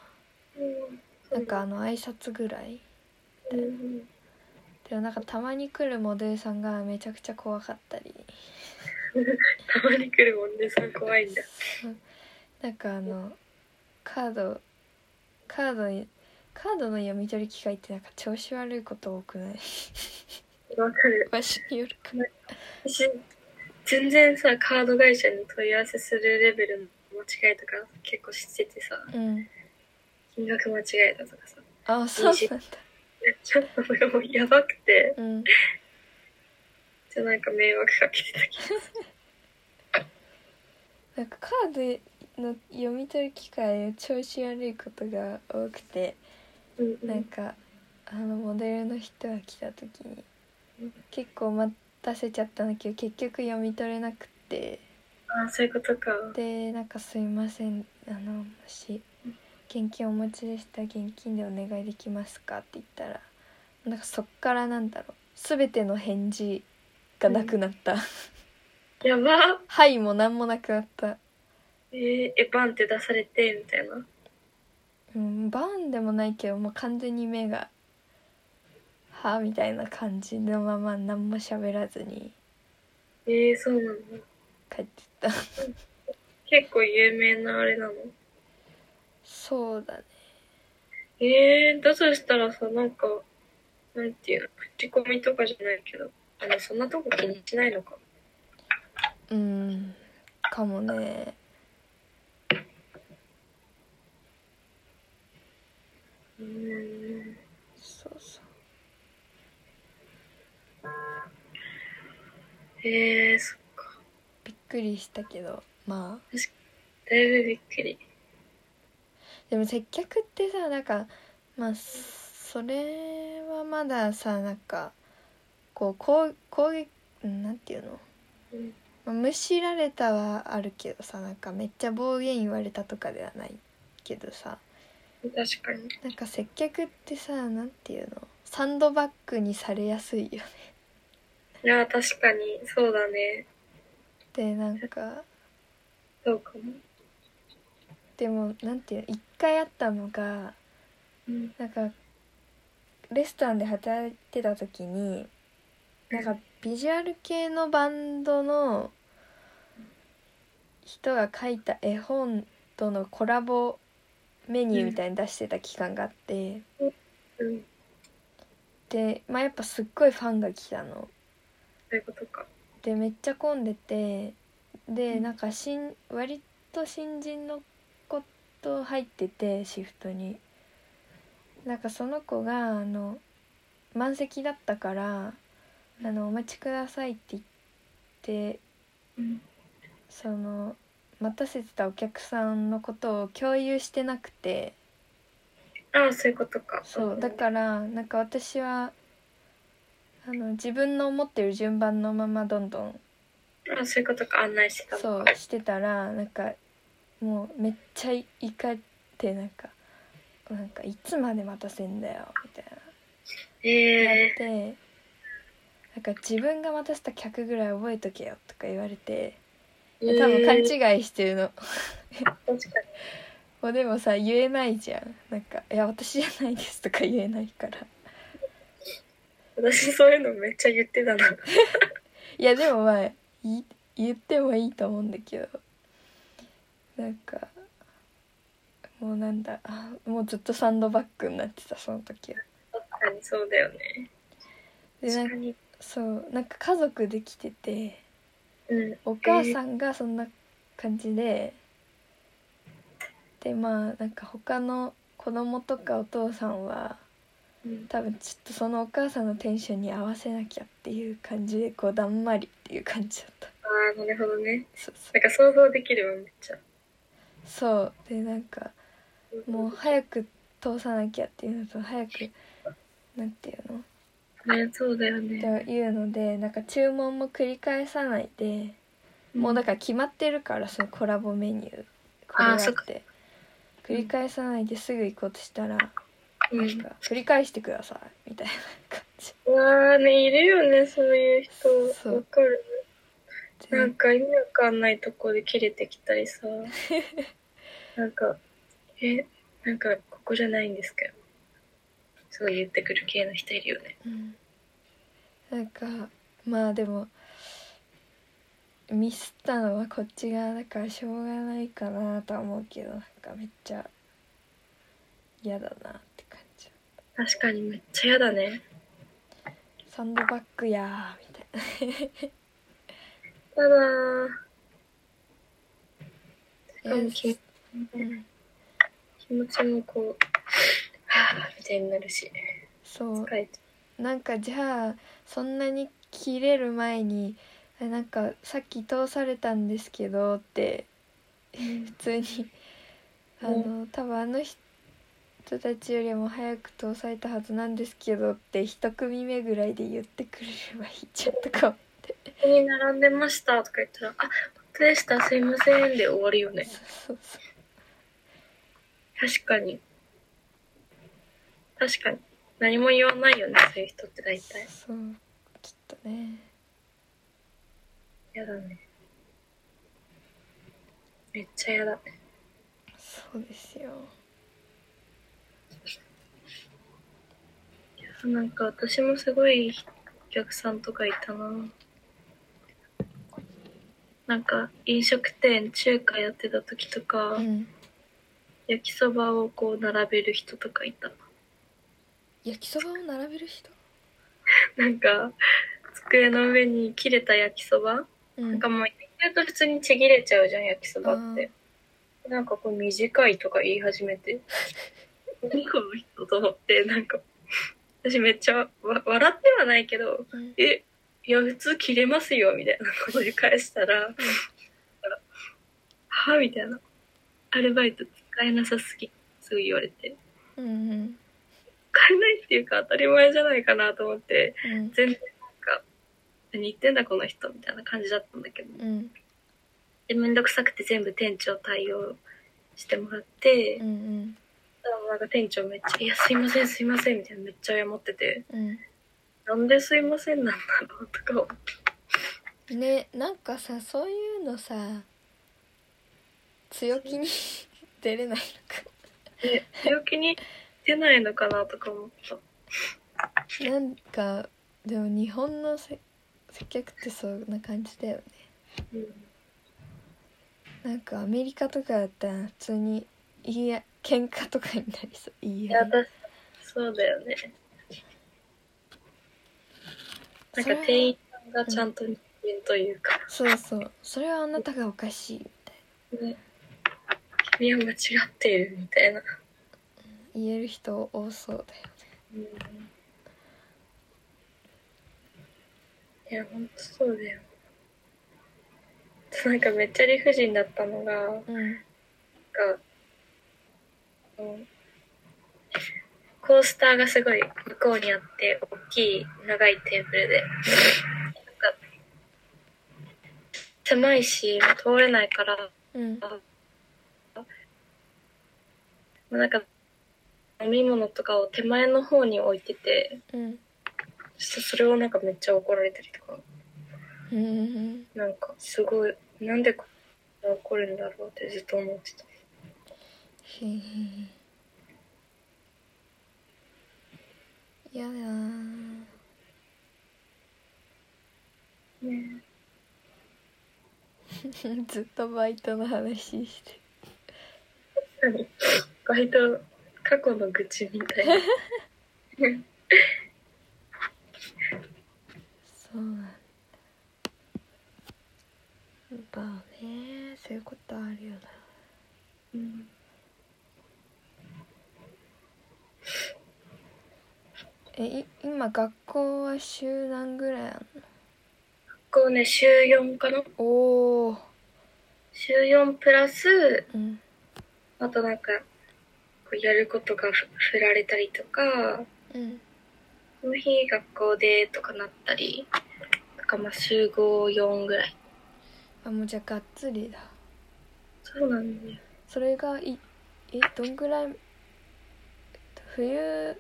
[SPEAKER 2] うん
[SPEAKER 1] なんかあの挨拶ぐらい
[SPEAKER 2] うん
[SPEAKER 1] でもなんかたまに来るモデルさんがめちゃくちゃ怖かったり
[SPEAKER 2] たまに来るもんね、それ怖いんだ。
[SPEAKER 1] なんかあのカードカードにカードの読み取り機械ってなんか調子悪いこと多くない
[SPEAKER 2] わかる。
[SPEAKER 1] 場所によるかな
[SPEAKER 2] 私全然さカード会社に問い合わせするレベルの間違いとか結構しててさ
[SPEAKER 1] うん
[SPEAKER 2] 金額間違えたとかさ [LAUGHS]
[SPEAKER 1] あそうなんだ
[SPEAKER 2] ちょっとそれもやばくて
[SPEAKER 1] うん
[SPEAKER 2] じゃなんか迷惑かけてたけ
[SPEAKER 1] なんかカードの読み取り機械調子悪いことが多くて
[SPEAKER 2] ど、うんうん
[SPEAKER 1] なんかあのモデルの人が来た時に
[SPEAKER 2] うん
[SPEAKER 1] 結構待たせちゃったんだけど結局読み取れなくて
[SPEAKER 2] あそういうことか
[SPEAKER 1] でなんか「すいませんあのもし現金お持ちでしたら現金でお願いできますか?」って言ったらなんかそっからなんだろう全ての返事がなくなった「
[SPEAKER 2] やば
[SPEAKER 1] [LAUGHS] はい」も何もなくなった。
[SPEAKER 2] えー、えバンって出されてみたいな
[SPEAKER 1] うん、バーンでもないけどもう完全に目が「は?」みたいな感じのまま何も喋らずに
[SPEAKER 2] えー、そうなの
[SPEAKER 1] 帰ってった
[SPEAKER 2] 結構有名なあれなの
[SPEAKER 1] そうだね
[SPEAKER 2] えー、だとしたらさなんかなんていうの口コミとかじゃないけどあのそんなとこ気にしないのか
[SPEAKER 1] うんかもね
[SPEAKER 2] うん
[SPEAKER 1] そうそう
[SPEAKER 2] へえー、そっか。
[SPEAKER 1] びっくりしたけどまあ
[SPEAKER 2] だいぶびっくり。
[SPEAKER 1] でも接客ってさなんかまあそれはまださなんかこう攻攻撃うんなんていうの
[SPEAKER 2] うん。
[SPEAKER 1] まあむしられたはあるけどさなんかめっちゃ暴言言われたとかではないけどさ
[SPEAKER 2] 確かに。
[SPEAKER 1] なんか接客ってさなんていうのサンドバッグにされやすいよね
[SPEAKER 2] いや、確かに。そうだね。
[SPEAKER 1] でなんか
[SPEAKER 2] そうかも。
[SPEAKER 1] でもなんていうの一回あったのが
[SPEAKER 2] うん。
[SPEAKER 1] なんかレストランで働いてた時になんかビジュアル系のバンドの人が書いた絵本とのコラボメニューみたいに出してた期間があって、
[SPEAKER 2] うん。
[SPEAKER 1] で、まあ、やっぱすっごいファンが来たの。
[SPEAKER 2] そういうことか。
[SPEAKER 1] でめっちゃ混んでてで
[SPEAKER 2] うん
[SPEAKER 1] なんか新割と新人の子と入っててシフトになんかその子があの満席だったから「あのお待ちください」って言って
[SPEAKER 2] うん。
[SPEAKER 1] その待たせてたお客さんのことを共有してなくて
[SPEAKER 2] ああ、そういうことか。
[SPEAKER 1] そうだ
[SPEAKER 2] ら。
[SPEAKER 1] からなんか私はあの自分の思ってる順番のままどんどん
[SPEAKER 2] ああ、そういうことか。案内してた
[SPEAKER 1] そうしてたらなんかもうめっちゃ怒ってなんか「なんかいつまで待たせんだよ」みたいな
[SPEAKER 2] え
[SPEAKER 1] 言
[SPEAKER 2] え
[SPEAKER 1] われて「なんか自分が待たせた客ぐらい覚えとけよ」とか言われて多分
[SPEAKER 2] ー。
[SPEAKER 1] 勘違いしてるの
[SPEAKER 2] 確かに。
[SPEAKER 1] もうでもさ言えないじゃんなんか「いや私じゃないです」とか言えないから
[SPEAKER 2] 私そういうのめっちゃ言ってたな。
[SPEAKER 1] いやでもまあい言ってもいいと思うんだけどなんかもうなんだあもうずっとサンドバッグになってたその時は
[SPEAKER 2] 確かにそうだよね。
[SPEAKER 1] でなんか
[SPEAKER 2] 確かに。
[SPEAKER 1] そうなんか家族で来てて
[SPEAKER 2] うん。
[SPEAKER 1] お母さんがそんな感じで、でまあなんか他の子供とかお父さんは
[SPEAKER 2] うん
[SPEAKER 1] 多分ちょっとそのお母さんのテンションに合わせなきゃっていう感じでこうだんまりっていう感じだった
[SPEAKER 2] ああ、なるほどね。
[SPEAKER 1] そうそう
[SPEAKER 2] なんか想像できるわ、めっちゃ。
[SPEAKER 1] そうでなんかもう早く通さなきゃっていうのと早くなんていうの
[SPEAKER 2] ね、そうだよね。
[SPEAKER 1] っていうのでなんか注文も繰り返さないで。もうだ
[SPEAKER 2] か
[SPEAKER 1] から決まってるからそのコラボメニューこ
[SPEAKER 2] あー
[SPEAKER 1] れだ
[SPEAKER 2] そ
[SPEAKER 1] っ
[SPEAKER 2] っか
[SPEAKER 1] て繰り返さないですぐ行こうとしたら、
[SPEAKER 2] ら、う
[SPEAKER 1] なん
[SPEAKER 2] ん。
[SPEAKER 1] か繰り返してくださいみたいな感じ
[SPEAKER 2] うわあね、いるよね、そういう
[SPEAKER 1] そ
[SPEAKER 2] 人。
[SPEAKER 1] う
[SPEAKER 2] わかる。
[SPEAKER 1] で
[SPEAKER 2] なんか意味わかんないとこで切れてきた
[SPEAKER 1] [LAUGHS]
[SPEAKER 2] りさ。なんか、え、なんかここじゃないんですけど。そう言ってくる系の人いるよね。
[SPEAKER 1] うんなんかまあでもミスったのはこっち側だからしょうがないかなとは思うけどなんかめっちゃ嫌だなって感じ
[SPEAKER 2] 確かにめっちゃ嫌だね。
[SPEAKER 1] サンドバッグやーみたいな
[SPEAKER 2] ただー、しかも気,、
[SPEAKER 1] うん
[SPEAKER 2] 気持ちもこう、はぁ、みたいになるし。
[SPEAKER 1] そう
[SPEAKER 2] 疲れちゃ
[SPEAKER 1] なんかじゃあそんなに切れる前にあなんかさっき通されたんですけどって
[SPEAKER 2] ううん
[SPEAKER 1] 普。通にあの多分あの人たちよりも早く通されたはずなんですけどって一組目ぐらいで言ってくれればいいちゃったかも
[SPEAKER 2] ここに並んでましたとか言ったら、あ、本当でした、すいませんで終わるよね。
[SPEAKER 1] そうそうそ
[SPEAKER 2] 確かに。確かに。何も言わないよね、そういう人って大
[SPEAKER 1] う
[SPEAKER 2] 体。
[SPEAKER 1] そうきっとね
[SPEAKER 2] やだね。めっちゃやだね。
[SPEAKER 1] そうですよ
[SPEAKER 2] なんか私もすごいお客さんとかいたな。なんか飲食店中華やってた時とか、
[SPEAKER 1] うん
[SPEAKER 2] 焼きそばをこう並べる人とかいた。
[SPEAKER 1] 焼きそばを並べる人
[SPEAKER 2] [LAUGHS] なんか机の上に切れた焼きそば
[SPEAKER 1] うん
[SPEAKER 2] なんかもう言うと普通にちぎれちゃうじゃん焼きそばって。なんかこう短いとか言い始めて [LAUGHS] 何この人と思ってなんか私めっちゃわ笑ってはないけど
[SPEAKER 1] うん
[SPEAKER 2] 「えいや普通切れますよ」みたいな [LAUGHS] ことで返したら「は?」みたいな「アルバイト使えなさすぎ」すぐ言われて
[SPEAKER 1] うんうん
[SPEAKER 2] 使えないっていうか当たり前じゃないかなと思って
[SPEAKER 1] うん
[SPEAKER 2] 全然なんか何言ってんだこの人みたいな感じだったんだけど。
[SPEAKER 1] うん
[SPEAKER 2] で面倒くさくて全部店長対応してもらって、
[SPEAKER 1] うんうん
[SPEAKER 2] ただなんか店長めっちゃ「いやすいませんすいません」みたいなめっちゃ謝ってて
[SPEAKER 1] うん
[SPEAKER 2] なんですいませんなんだろうとか思って
[SPEAKER 1] ねなんかさそういうのさ強気に出れないのか
[SPEAKER 2] 病気に出ないのかなとか思った
[SPEAKER 1] なんかでも日本のせ接客ってそんな感じだよね
[SPEAKER 2] うん
[SPEAKER 1] なんかアメリカとかだったら普通に言い合い喧嘩とかになりそう言
[SPEAKER 2] い
[SPEAKER 1] い
[SPEAKER 2] や
[SPEAKER 1] 合い
[SPEAKER 2] 私そうだよねなん
[SPEAKER 1] そ
[SPEAKER 2] か
[SPEAKER 1] れは
[SPEAKER 2] 店員さんがちゃんと人間というか、
[SPEAKER 1] そうそうそれはあなたがおかしいみたい
[SPEAKER 2] ね、君は間違っているみたいな、
[SPEAKER 1] な言える人多そうだよね
[SPEAKER 2] うん、いやほんとそうだよなんかめっちゃ理不尽だったのがなんか
[SPEAKER 1] うん
[SPEAKER 2] あのコースターがすごい向こうにあって大きい長いテーブルでなんか狭いし通れないから
[SPEAKER 1] うん
[SPEAKER 2] なんか飲み物とかを手前の方に置いてて
[SPEAKER 1] うん
[SPEAKER 2] そそれをなんかめっちゃ怒られたりとか
[SPEAKER 1] うんうん
[SPEAKER 2] なんかすごいなんでこんな怒るんだろうってずっと思ってた
[SPEAKER 1] へへへいやだー
[SPEAKER 2] ね
[SPEAKER 1] [LAUGHS] ずっとバイトの話してる
[SPEAKER 2] 何割と過去の愚痴みたいな
[SPEAKER 1] そうなんだやっぱねそういうことあるよな
[SPEAKER 2] うん
[SPEAKER 1] えい今学校は週何ぐらいあんの
[SPEAKER 2] こうね週4かな
[SPEAKER 1] おお
[SPEAKER 2] 週4プラス
[SPEAKER 1] うん
[SPEAKER 2] あとなんかこうやることがふ振られたりとか
[SPEAKER 1] うん
[SPEAKER 2] その日学校でとかなったりとかまあ週54ぐらい
[SPEAKER 1] あもうじゃあがっつりだ
[SPEAKER 2] そうなんだよ
[SPEAKER 1] それがいえどんぐらい冬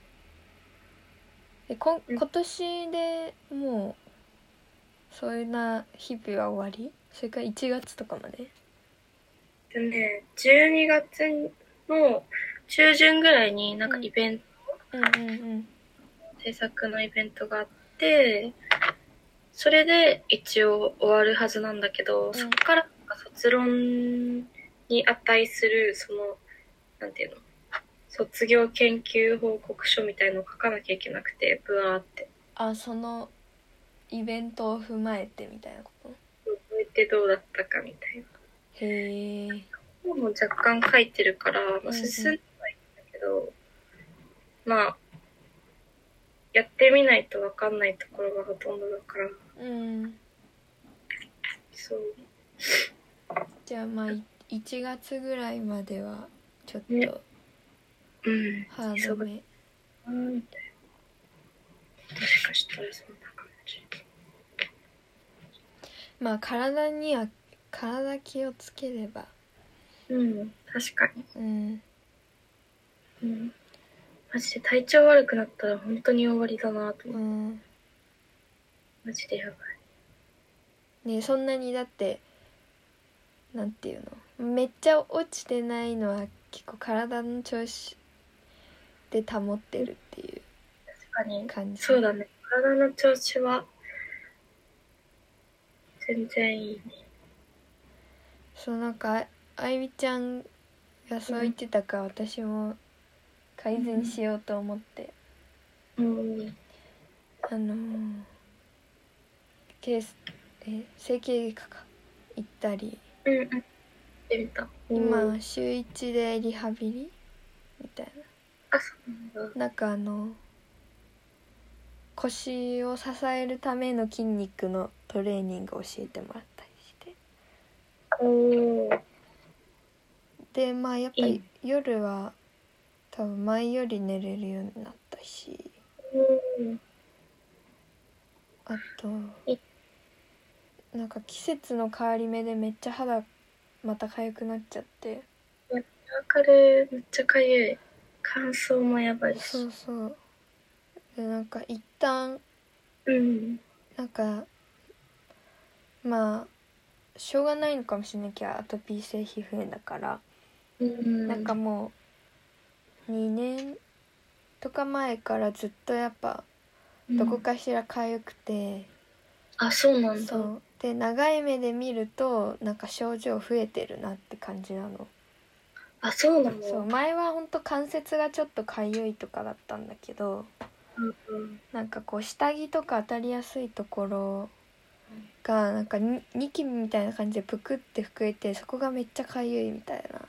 [SPEAKER 1] えこん
[SPEAKER 2] うん
[SPEAKER 1] 今年でもうそういうな日々は終わりそれから1月とかまで
[SPEAKER 2] でね12月の中旬ぐらいになんかイベント、
[SPEAKER 1] うんうんうん
[SPEAKER 2] 制作のイベントがあってそれで一応終わるはずなんだけど、
[SPEAKER 1] ん
[SPEAKER 2] そこからなんか卒論に値するそのなんていうの卒業研究報告書みたいのを書かなきゃいけなくてぶわーって。
[SPEAKER 1] あそのイベントを踏まえてみたいなこと
[SPEAKER 2] 覚えてどうだったかみたいな。
[SPEAKER 1] へえ
[SPEAKER 2] 本も若干書いてるから、
[SPEAKER 1] うんう
[SPEAKER 2] まあ、
[SPEAKER 1] ん
[SPEAKER 2] 進んではいいんだけど、まあ、やってみないとわかんないところがほとんどだから、
[SPEAKER 1] うん
[SPEAKER 2] そう。
[SPEAKER 1] じゃあまあい1月ぐらいまではちょっ
[SPEAKER 2] ね
[SPEAKER 1] と
[SPEAKER 2] うん。
[SPEAKER 1] ハードめ
[SPEAKER 2] うん、みたいな。もしかしたらそんな感じ。
[SPEAKER 1] まあ体には体気をつければ
[SPEAKER 2] うん、確かに。
[SPEAKER 1] うん
[SPEAKER 2] うん。マジで体調悪くなったら本当に終わりだなと思
[SPEAKER 1] う
[SPEAKER 2] う。
[SPEAKER 1] ん
[SPEAKER 2] マジでやばい。
[SPEAKER 1] ねそんなにだってなんていうのめっちゃ落ちてないのは結構体の調子で保ってるってい
[SPEAKER 2] 確かに
[SPEAKER 1] う。感じ
[SPEAKER 2] そうだね。体の調子は、全然いいね。
[SPEAKER 1] そうなんかああゆみちゃんがそう言ってたから、私も改善しようと思って、
[SPEAKER 2] うん。
[SPEAKER 1] あのーケースえ整形外科か行ったり、
[SPEAKER 2] うんうん。行ってみた。うん、
[SPEAKER 1] 今週1でリハビリみたい
[SPEAKER 2] あ、そうなん
[SPEAKER 1] な
[SPEAKER 2] だ。
[SPEAKER 1] なんかあの腰を支えるための筋肉のトレーニングを教えてもらったりして
[SPEAKER 2] おー。
[SPEAKER 1] でまあやっぱ
[SPEAKER 2] いい
[SPEAKER 1] り夜は多分前より寝れるようになったし
[SPEAKER 2] うん。
[SPEAKER 1] あと
[SPEAKER 2] え
[SPEAKER 1] なんか季節の変わり目でめっちゃ肌また痒くなっちゃって
[SPEAKER 2] わかる。めっちゃかゆい。乾燥もやばいし。
[SPEAKER 1] そうそうでなんか一旦
[SPEAKER 2] うん。
[SPEAKER 1] なんかまあしょうがないのかもしれないけどアトピー性皮膚炎だから、
[SPEAKER 2] うん。
[SPEAKER 1] なんかもう2年とか前からずっとやっぱどこかしら痒くて、
[SPEAKER 2] あ、そうなんだ。
[SPEAKER 1] そうで長い目で見るとなんか症状増えてるなって感じなの
[SPEAKER 2] あ、そうなの。
[SPEAKER 1] そう前はほんと関節がちょっとかゆいとかだったんだけど
[SPEAKER 2] うんうん
[SPEAKER 1] なんかこう下着とか当たりやすいところがなんかにニキビみたいな感じでぷくって膨れてそこがめっちゃかゆいみたいな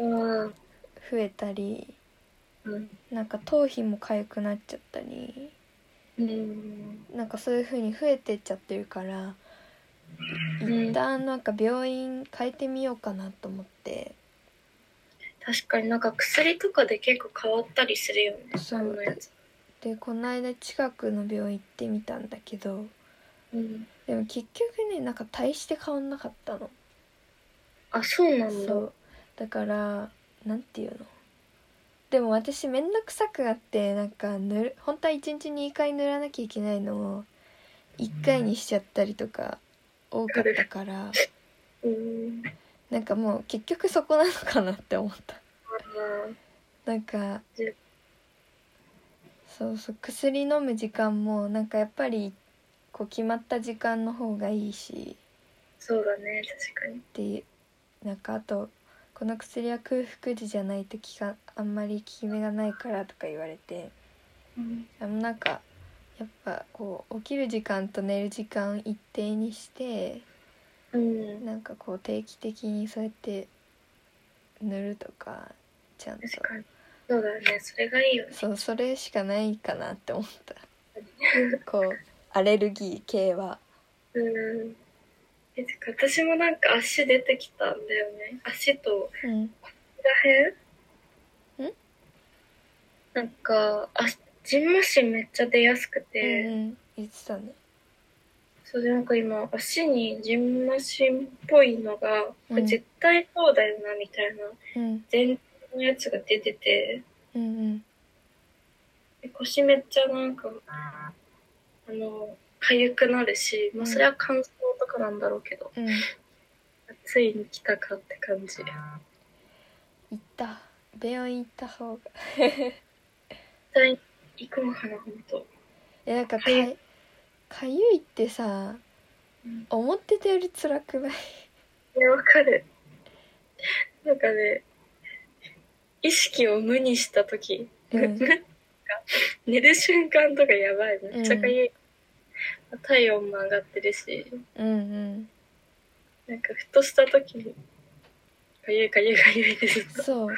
[SPEAKER 2] うん
[SPEAKER 1] 増えたり
[SPEAKER 2] うん
[SPEAKER 1] なんか頭皮もかゆくなっちゃったり
[SPEAKER 2] うん
[SPEAKER 1] なんかそういう風に増えてっちゃってるから
[SPEAKER 2] うん
[SPEAKER 1] 一旦なんか病院変えてみようかなと思って
[SPEAKER 2] 確かになんか薬とかで結構変わったりするよね。
[SPEAKER 1] そう
[SPEAKER 2] あのやつ。
[SPEAKER 1] でこの間近くの病院行ってみたんだけど
[SPEAKER 2] うん。
[SPEAKER 1] でも結局ねなんか大して変わんなかったの
[SPEAKER 2] あ、そうなんだ。
[SPEAKER 1] そううだからなんていうのでも私めんどくさくなってなんか塗る本当は1日2回塗らなきゃいけないのを1回にしちゃったりとか多かったから
[SPEAKER 2] ん。
[SPEAKER 1] なんかもう結局そこなのかなって思った
[SPEAKER 2] あ
[SPEAKER 1] なんか
[SPEAKER 2] うん
[SPEAKER 1] そうそう薬飲む時間もなんかやっぱりこう決まった時間の方がいいし
[SPEAKER 2] そうだね、確かに。
[SPEAKER 1] ってなんかあとこの薬は空腹時じゃないと効かあんまり効き目がないからとか言われて
[SPEAKER 2] うん。
[SPEAKER 1] あのなんかやっぱこう起きる時間と寝る時間一定にして
[SPEAKER 2] うん。
[SPEAKER 1] なんかこう定期的にそうやって塗るとかちゃんと
[SPEAKER 2] 確かに。そうだね、それがいいよね。
[SPEAKER 1] そうそれしかないかなって思ったこうアレルギー系は
[SPEAKER 2] うん。え、てか私もなんか足出てきたんだよね。足と、
[SPEAKER 1] うん
[SPEAKER 2] ここらへ
[SPEAKER 1] ん
[SPEAKER 2] んなんか、あ、ジンマシンめっちゃ出やすく
[SPEAKER 1] う
[SPEAKER 2] て、
[SPEAKER 1] んうん言ってたね
[SPEAKER 2] それでなんか今、足にジンマシンっぽいのが、これ絶対そうだよな、みたいな、
[SPEAKER 1] うん
[SPEAKER 2] 全のやつが出てて、
[SPEAKER 1] うんうん
[SPEAKER 2] で腰めっちゃなんか、あの、痒くなるし、まあそれは乾燥とかなんだろうけど、
[SPEAKER 1] うん
[SPEAKER 2] ついに来たかって感じ。
[SPEAKER 1] 行った病院行った方が
[SPEAKER 2] 絶対行こうかな、ほんと。
[SPEAKER 1] えなんかか
[SPEAKER 2] かゆ
[SPEAKER 1] いかゆいってさ
[SPEAKER 2] うん
[SPEAKER 1] 思ってたより辛くない
[SPEAKER 2] いや、わかる。なんかね、意識を無にしたとき、
[SPEAKER 1] [LAUGHS]
[SPEAKER 2] [LAUGHS]
[SPEAKER 1] うん
[SPEAKER 2] 寝る瞬間とかやばい。めっちゃかゆい。体温も上がってるし、
[SPEAKER 1] うん
[SPEAKER 2] なんかふとしたときに、かゆいかゆいかゆいでずっ
[SPEAKER 1] うん
[SPEAKER 2] と、
[SPEAKER 1] そう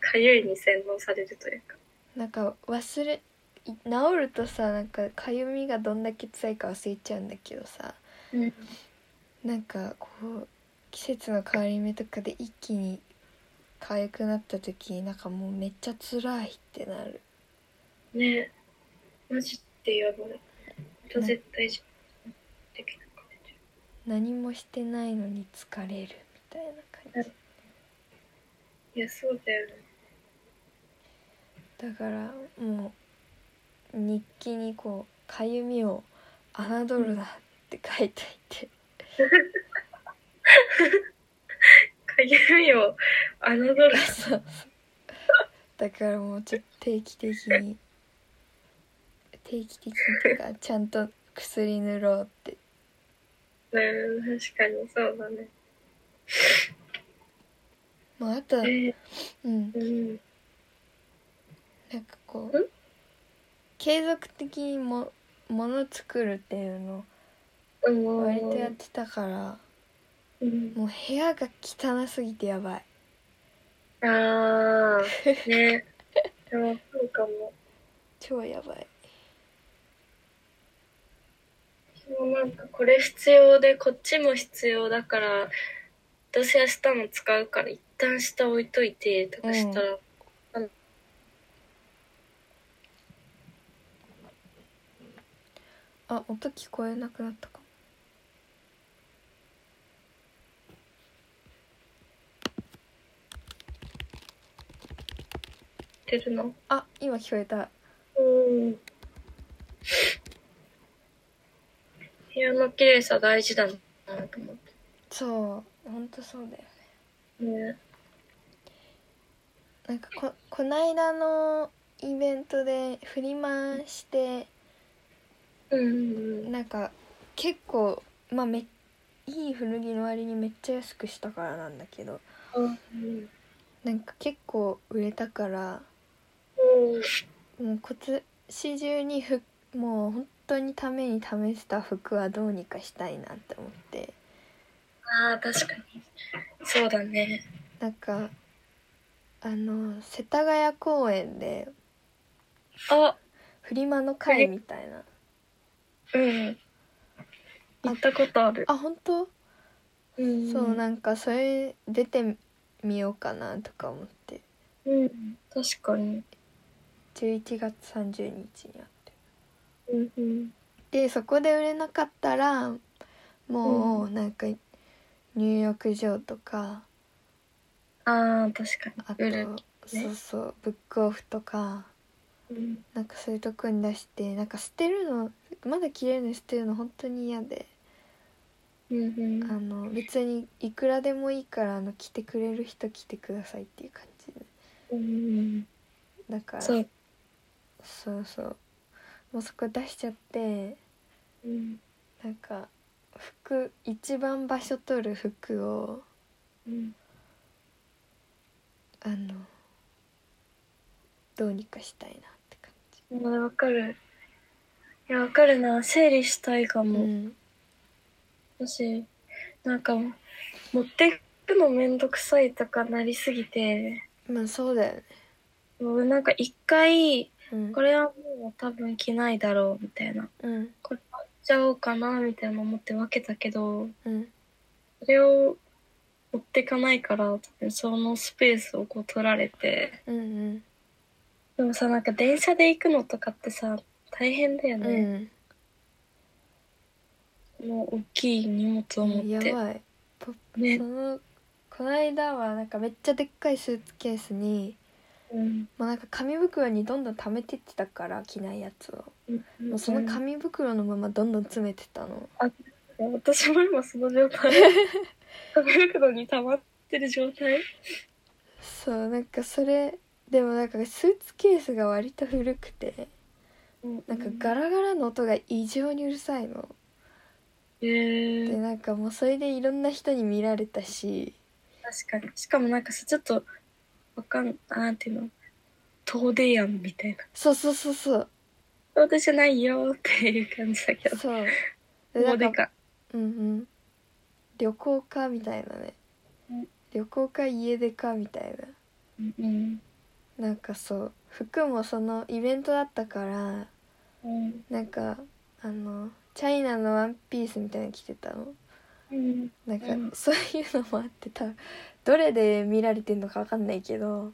[SPEAKER 2] かゆいに洗脳されるというか。
[SPEAKER 1] なんか忘れい治るとさなんかかゆみがどんだけ辛いか忘れちゃうんだけどさ
[SPEAKER 2] うん。
[SPEAKER 1] なんかこう季節の変わり目とかで一気にかゆくなった時なんかもうめっちゃ辛いってなる
[SPEAKER 2] ねマジってやばい。ほんと絶対じゃできなくなっちゃ
[SPEAKER 1] 何もしてないのに疲れるみたいな感じ
[SPEAKER 2] ういや、そうだよね。
[SPEAKER 1] だからもう日記にこうかゆみを侮るなって書いとい [LAUGHS] て
[SPEAKER 2] かゆみを侮る。
[SPEAKER 1] そうだからもうちょっと定期的に定期的にとかちゃんと薬塗ろうって
[SPEAKER 2] うん、確かにそうだね。
[SPEAKER 1] もうあとは
[SPEAKER 2] え
[SPEAKER 1] うん
[SPEAKER 2] ーうん。
[SPEAKER 1] なんかこうん継続的にももの作るっていうの
[SPEAKER 2] うん
[SPEAKER 1] を割とやってたから
[SPEAKER 2] うん、
[SPEAKER 1] もう部屋が汚すぎてやばい
[SPEAKER 2] ああ、ね。でも、そうかも。
[SPEAKER 1] 超やばい
[SPEAKER 2] 私もなんか、これ必要で、こっちも必要だから、どうせ明日も使うから、一旦下置いといて、とかしたら、
[SPEAKER 1] あ音聞こえなくなったかも
[SPEAKER 2] 出るの。
[SPEAKER 1] あ今聞こえた
[SPEAKER 2] うん。部屋の綺麗さ大事だなと思っ
[SPEAKER 1] そうほんとそうだよ
[SPEAKER 2] て。ね。
[SPEAKER 1] なんかここないだのイベントでフリマして
[SPEAKER 2] うん。
[SPEAKER 1] なんか結構まあめいい古着の割にめっちゃ安くしたからなんだけど
[SPEAKER 2] うん。
[SPEAKER 1] なんか結構売れたから
[SPEAKER 2] うん。
[SPEAKER 1] もう今年中に服もう本当にために試した服はどうにかしたいなって思って
[SPEAKER 2] ああ、確かに。そうだね。
[SPEAKER 1] なんかあの世田谷公園で
[SPEAKER 2] あ、
[SPEAKER 1] フリマの会みたいな
[SPEAKER 2] うん。行ったことある。
[SPEAKER 1] あ本当
[SPEAKER 2] うん
[SPEAKER 1] そうなんかそれ出てみようかなとか思って
[SPEAKER 2] うん。確かに。
[SPEAKER 1] 11月30日にあって
[SPEAKER 2] うんうん。
[SPEAKER 1] でそこで売れなかったらもううなんか入浴場とか
[SPEAKER 2] ああ、確か
[SPEAKER 1] あ
[SPEAKER 2] に。
[SPEAKER 1] と、
[SPEAKER 2] 売る。
[SPEAKER 1] そうそうブックオフとか
[SPEAKER 2] うん。
[SPEAKER 1] なんかそういうとこに出してなんか捨てるのまだ着れるの捨てるの本当に嫌で
[SPEAKER 2] うんう
[SPEAKER 1] あ
[SPEAKER 2] ん。
[SPEAKER 1] の別にいくらでもいいからあの着てくれる人着てくださいっていう感じで
[SPEAKER 2] うん。
[SPEAKER 1] だから
[SPEAKER 2] そう。
[SPEAKER 1] そうそうもうそこ出しちゃって
[SPEAKER 2] うん。
[SPEAKER 1] なんか服一番場所取る服を
[SPEAKER 2] うん。
[SPEAKER 1] あのどうにかしたいなって感じ
[SPEAKER 2] あーわかる。いや、わかるな。整理したいか
[SPEAKER 1] う
[SPEAKER 2] も。
[SPEAKER 1] ん
[SPEAKER 2] 私、なんか、持ってくのめんどくさいとかなりすぎて、
[SPEAKER 1] まあそうだよね
[SPEAKER 2] もうなんか一回、
[SPEAKER 1] うん
[SPEAKER 2] これはもう多分着ないだろうみたいな。
[SPEAKER 1] うん
[SPEAKER 2] これ買っちゃおうかなみたいな思って分けたけど、
[SPEAKER 1] うん
[SPEAKER 2] それを持ってかないから、多分そのスペースをこう取られて。
[SPEAKER 1] うんうん
[SPEAKER 2] でもさ、なんか電車で行くのとかってさ、大変だよ
[SPEAKER 1] う
[SPEAKER 2] ね。
[SPEAKER 1] ん
[SPEAKER 2] もう大きい荷物を持っ
[SPEAKER 1] や
[SPEAKER 2] て。
[SPEAKER 1] ばいポ
[SPEAKER 2] ね
[SPEAKER 1] そのこの間はなんかめっちゃでっかいスーツケースに
[SPEAKER 2] うん。
[SPEAKER 1] もうなんか紙袋にどんどん溜めてってたから着ないやつをもうその紙袋のままどんどん詰めてたの
[SPEAKER 2] 私も今その
[SPEAKER 1] [LAUGHS]
[SPEAKER 2] 状態紙袋に溜まってる状態
[SPEAKER 1] そうなんかそれでもなんかスーツケースが割と古くてなんかガラガラの音が異常にうるさいの
[SPEAKER 2] え
[SPEAKER 1] で
[SPEAKER 2] ー、
[SPEAKER 1] なんかもうそれでいろんな人に見られたし
[SPEAKER 2] 確かにしかもなんかさちょっとわかんなんていうの遠出やんみたいな
[SPEAKER 1] そうそうそうそう
[SPEAKER 2] 遠出じゃないよーっていう感じだけど
[SPEAKER 1] [LAUGHS] そうでな
[SPEAKER 2] 遠
[SPEAKER 1] ん
[SPEAKER 2] 出
[SPEAKER 1] か
[SPEAKER 2] か
[SPEAKER 1] うんうん旅行かみたいなね
[SPEAKER 2] うん
[SPEAKER 1] 旅行か家出かみたい
[SPEAKER 2] うん
[SPEAKER 1] ななんかそう服もそのイベントだったから
[SPEAKER 2] うん
[SPEAKER 1] なんかあのチャイナのワンピースみたいなの着てたの
[SPEAKER 2] うん
[SPEAKER 1] なんか
[SPEAKER 2] うん
[SPEAKER 1] そういうのもあってたどれで見られてるのかわかんないけど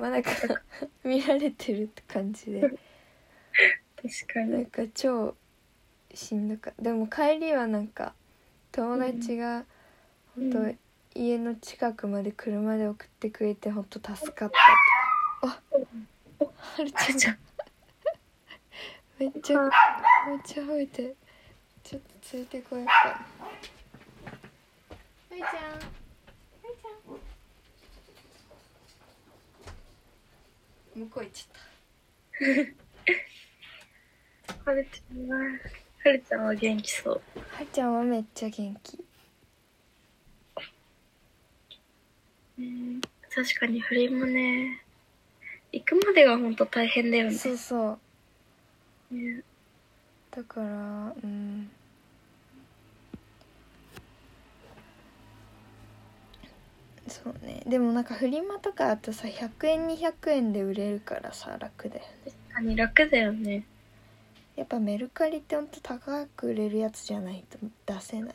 [SPEAKER 1] まあなんか [LAUGHS] 見られてるって感じで
[SPEAKER 2] 確か
[SPEAKER 1] なん
[SPEAKER 2] に
[SPEAKER 1] か超しんどかったでも帰りはなんか友達が
[SPEAKER 2] うん
[SPEAKER 1] 本当、家の近くまで車で送ってくれて本当助かったあはるちゃんめっちゃめっちゃ吠えてるちょっとついてこようかなはるちゃんはるちゃん向こう行っちゃっ
[SPEAKER 2] はるちゃんははるちゃんは元気そう
[SPEAKER 1] たはるちゃんはめっちゃ元気
[SPEAKER 2] うん確かにフレームね行くまでが本当大変だよね
[SPEAKER 1] そうそう
[SPEAKER 2] ね
[SPEAKER 1] だからうんそうねでもなんかフリマとかあとさ100円200円で売れるからさ楽だよね
[SPEAKER 2] 確かに楽だよね
[SPEAKER 1] やっぱメルカリってほんと高く売れるやつじゃないと出せない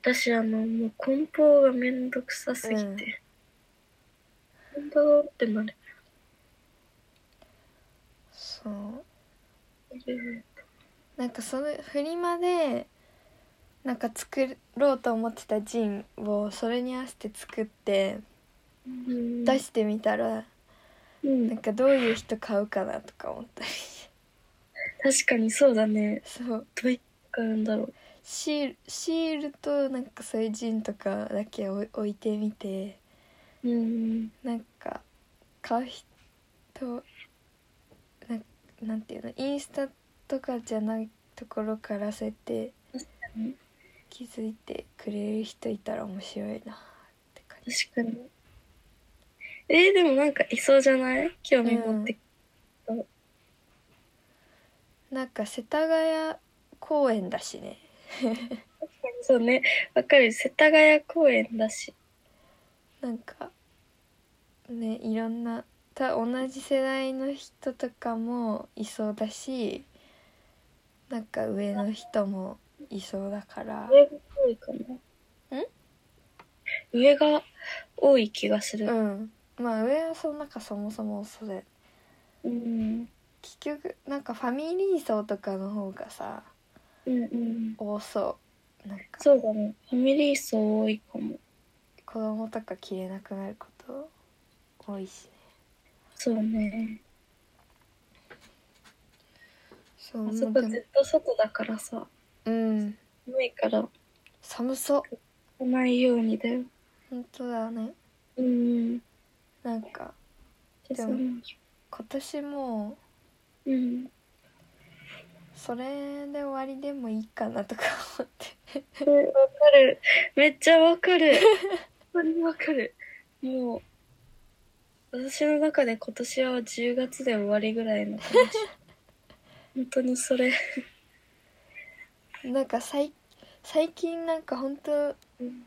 [SPEAKER 2] 私あのもう梱包がめんどくさすぎて、梱包ってなる
[SPEAKER 1] そうなんかそのフリマでなんか作ろうと思ってたジンをそれに合わせて作って
[SPEAKER 2] うん
[SPEAKER 1] 出してみたら
[SPEAKER 2] うん
[SPEAKER 1] なんかどういう人買うかなとか思ったり [LAUGHS] して
[SPEAKER 2] 確かにそうだね
[SPEAKER 1] そう
[SPEAKER 2] どうやって買うんだろう
[SPEAKER 1] シールシールとなんかそういうジンとかだけ置い置いてみて
[SPEAKER 2] うん
[SPEAKER 1] なんか買う人なんなんていうのインスタとかじゃなところからそうやって
[SPEAKER 2] に
[SPEAKER 1] 気づいてくれる人いたら面白いなって感じ
[SPEAKER 2] 確かに。えー、でもなんかいそうじゃない興味持って。
[SPEAKER 1] なんか世田谷公園だしね
[SPEAKER 2] そうね。わかる。世田谷公園だし。
[SPEAKER 1] なんかねいろんなた同じ世代の人とかもいそうだしなんか上の人もいそうだから
[SPEAKER 2] 上が多いかな。
[SPEAKER 1] ん
[SPEAKER 2] 上が多い気がす
[SPEAKER 1] う
[SPEAKER 2] る。
[SPEAKER 1] んまあ上はその中そもそもそれ
[SPEAKER 2] うん。
[SPEAKER 1] 結局なんかファミリー層とかの方がさ
[SPEAKER 2] うんうん。
[SPEAKER 1] 多そうなんか
[SPEAKER 2] そうだね。ファミリー層多いかも。
[SPEAKER 1] 子供とか着れなくなること多いしね
[SPEAKER 2] そうね。
[SPEAKER 1] そう
[SPEAKER 2] あ
[SPEAKER 1] もう
[SPEAKER 2] そこ
[SPEAKER 1] でも
[SPEAKER 2] ずっと外だからさ。
[SPEAKER 1] うん
[SPEAKER 2] 寒いから
[SPEAKER 1] 寒そう
[SPEAKER 2] 来ないようにだよ。
[SPEAKER 1] 本当だね
[SPEAKER 2] うん。
[SPEAKER 1] なんか
[SPEAKER 2] で
[SPEAKER 1] で
[SPEAKER 2] も
[SPEAKER 1] も今年もう
[SPEAKER 2] うん。
[SPEAKER 1] それで終わりでもいいかなとか思って
[SPEAKER 2] えわかる。めっちゃわかる。本当にわかる。もう、私の中で今年は10月で終わりぐら
[SPEAKER 1] [LAUGHS]
[SPEAKER 2] いの感じ。本当にそれ。
[SPEAKER 1] なんかさい最近なんか本当
[SPEAKER 2] うん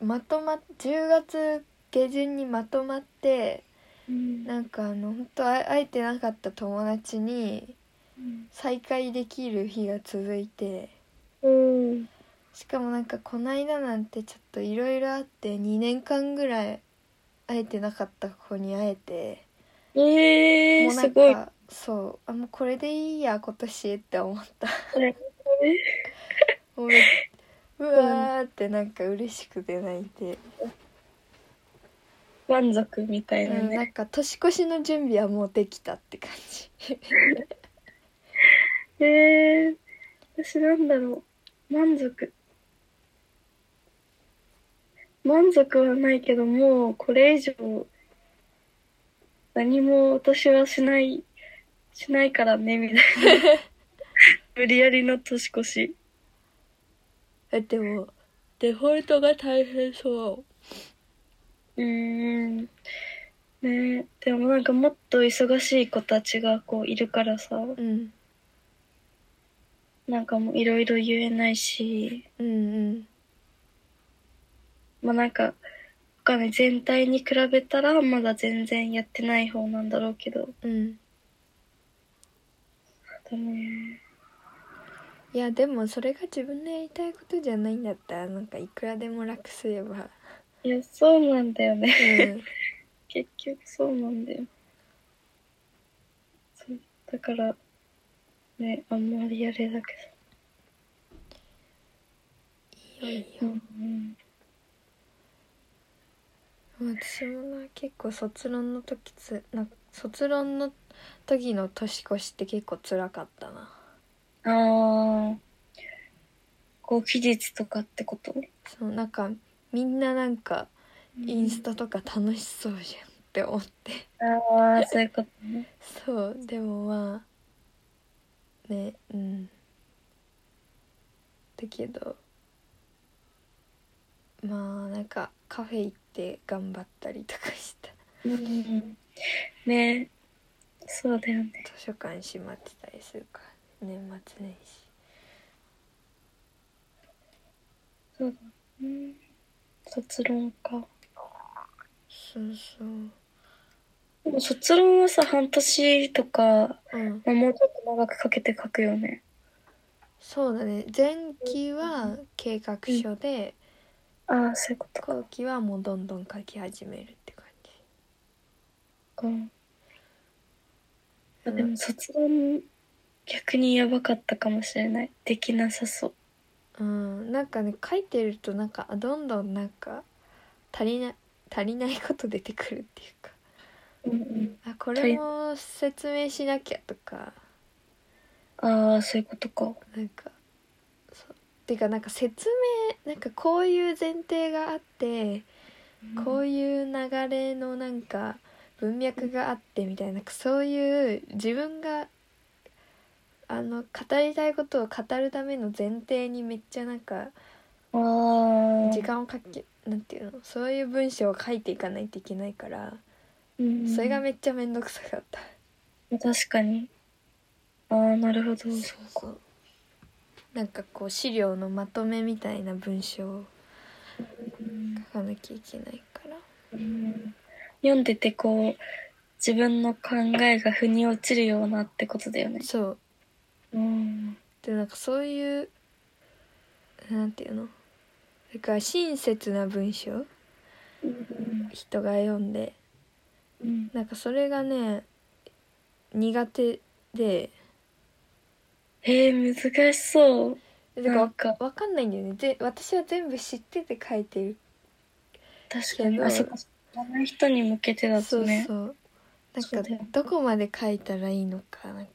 [SPEAKER 1] まとまっ10月下旬にまとまって
[SPEAKER 2] うん
[SPEAKER 1] なんかあの本当あ会えてなかった友達に再会できる日が続いて
[SPEAKER 2] うん。
[SPEAKER 1] しかもなんかこの間なんてちょっといろいろあって2年間ぐらい会えてなかった子に会えて。
[SPEAKER 2] え
[SPEAKER 1] も
[SPEAKER 2] ー、
[SPEAKER 1] うな
[SPEAKER 2] す
[SPEAKER 1] ん
[SPEAKER 2] ごい。
[SPEAKER 1] かそうあもうこれでいいや今年って思 [LAUGHS] った
[SPEAKER 2] ね
[SPEAKER 1] もうめうわーってなんか嬉しくて泣いて、
[SPEAKER 2] 満足みたいな
[SPEAKER 1] うんな
[SPEAKER 2] ね。
[SPEAKER 1] んか年越しの準備はもうできたって感じ
[SPEAKER 2] えー、私なんだろう。満足。満足はないけど、もうこれ以上、何も私はしない、しないからね、みたいな。無理やりの年越し。
[SPEAKER 1] えでもデフォルトが大変そう
[SPEAKER 2] ーん。ねえでもなんかもっと忙しい子たちがこういるからさ、
[SPEAKER 1] う、うん、
[SPEAKER 2] なんかもういろいろ言えないし、
[SPEAKER 1] うんうん
[SPEAKER 2] まあなんか、他ね、全体に比べたらまだ全然やってない方なんだろうけど、
[SPEAKER 1] うん
[SPEAKER 2] あとね、
[SPEAKER 1] いやでもそれが自分のやりたいことじゃないんだったらなんかいくらでも楽すれば、
[SPEAKER 2] いや、そうなんだよね。 [LAUGHS]
[SPEAKER 1] うん、
[SPEAKER 2] 結局そうなんだよ。そうだから、ね、あんまりやれなくて。
[SPEAKER 1] いいよいいよ
[SPEAKER 2] うん、
[SPEAKER 1] 私もな結構卒論の時つな卒論の時の年越しって結構辛かったな
[SPEAKER 2] ああ、こう、期日とかってこと
[SPEAKER 1] そのなんかみんななんかインスタとか楽しそうじゃんって思って
[SPEAKER 2] ああ、そういうことね。
[SPEAKER 1] そうでもまあねうんだけどまあなんかカフェ行って頑張ったりとか [LAUGHS] した
[SPEAKER 2] うん、ね、そうだよね。
[SPEAKER 1] 図書館閉まってたりするから年末年始
[SPEAKER 2] そうだね。卒論か。
[SPEAKER 1] そうそう
[SPEAKER 2] でも卒論はさ、半年とか、
[SPEAKER 1] うん
[SPEAKER 2] まあ、もうちょっと長くかけて書くよね。
[SPEAKER 1] そうだね前期は計画書で、
[SPEAKER 2] ああ、そういうことか。
[SPEAKER 1] 後期はもうどんどん書き始めるって感じ
[SPEAKER 2] うん、あでも卒論、逆にやばかったかもしれない。できなさそう。
[SPEAKER 1] うんなんかね書いてるとなんかあどんどんなんか足りない足りないこと出てくるっていうか
[SPEAKER 2] うん
[SPEAKER 1] あこれも説明しなきゃとか
[SPEAKER 2] うん、ああ、そういうことか。
[SPEAKER 1] なんかそうてかなんか説明なんかこういう前提があってこういう流れのなんか文脈があってみたいななんかそういう自分があの語りたいことを語るための前提にめっちゃなんか
[SPEAKER 2] あー
[SPEAKER 1] 時間をかけなんていうのそういう文章を書いていかないといけないから
[SPEAKER 2] うん
[SPEAKER 1] それがめっちゃ面倒くさかった。
[SPEAKER 2] 確かにああなるほどそう
[SPEAKER 1] そうなんかこう資料のまとめみたいな文章を書かなきゃいけないから
[SPEAKER 2] 読んでてこう自分の考えが腑に落ちるようなってことだよね
[SPEAKER 1] そう
[SPEAKER 2] うん
[SPEAKER 1] でなんかそういうなんていうのだから親切な文章
[SPEAKER 2] うん
[SPEAKER 1] 人が読んで
[SPEAKER 2] うん
[SPEAKER 1] なんかそれがね苦手で
[SPEAKER 2] えー、難しそう
[SPEAKER 1] だから
[SPEAKER 2] な
[SPEAKER 1] わ
[SPEAKER 2] んか
[SPEAKER 1] わかんないんだよねで私は全部知ってて書いてる
[SPEAKER 2] 確かに
[SPEAKER 1] けど
[SPEAKER 2] あそこ知らない人に向けてだ
[SPEAKER 1] そ
[SPEAKER 2] と
[SPEAKER 1] う
[SPEAKER 2] ね
[SPEAKER 1] そう
[SPEAKER 2] そうだ
[SPEAKER 1] な
[SPEAKER 2] よ
[SPEAKER 1] んか
[SPEAKER 2] ね
[SPEAKER 1] どこまで書いたらいいのかなんか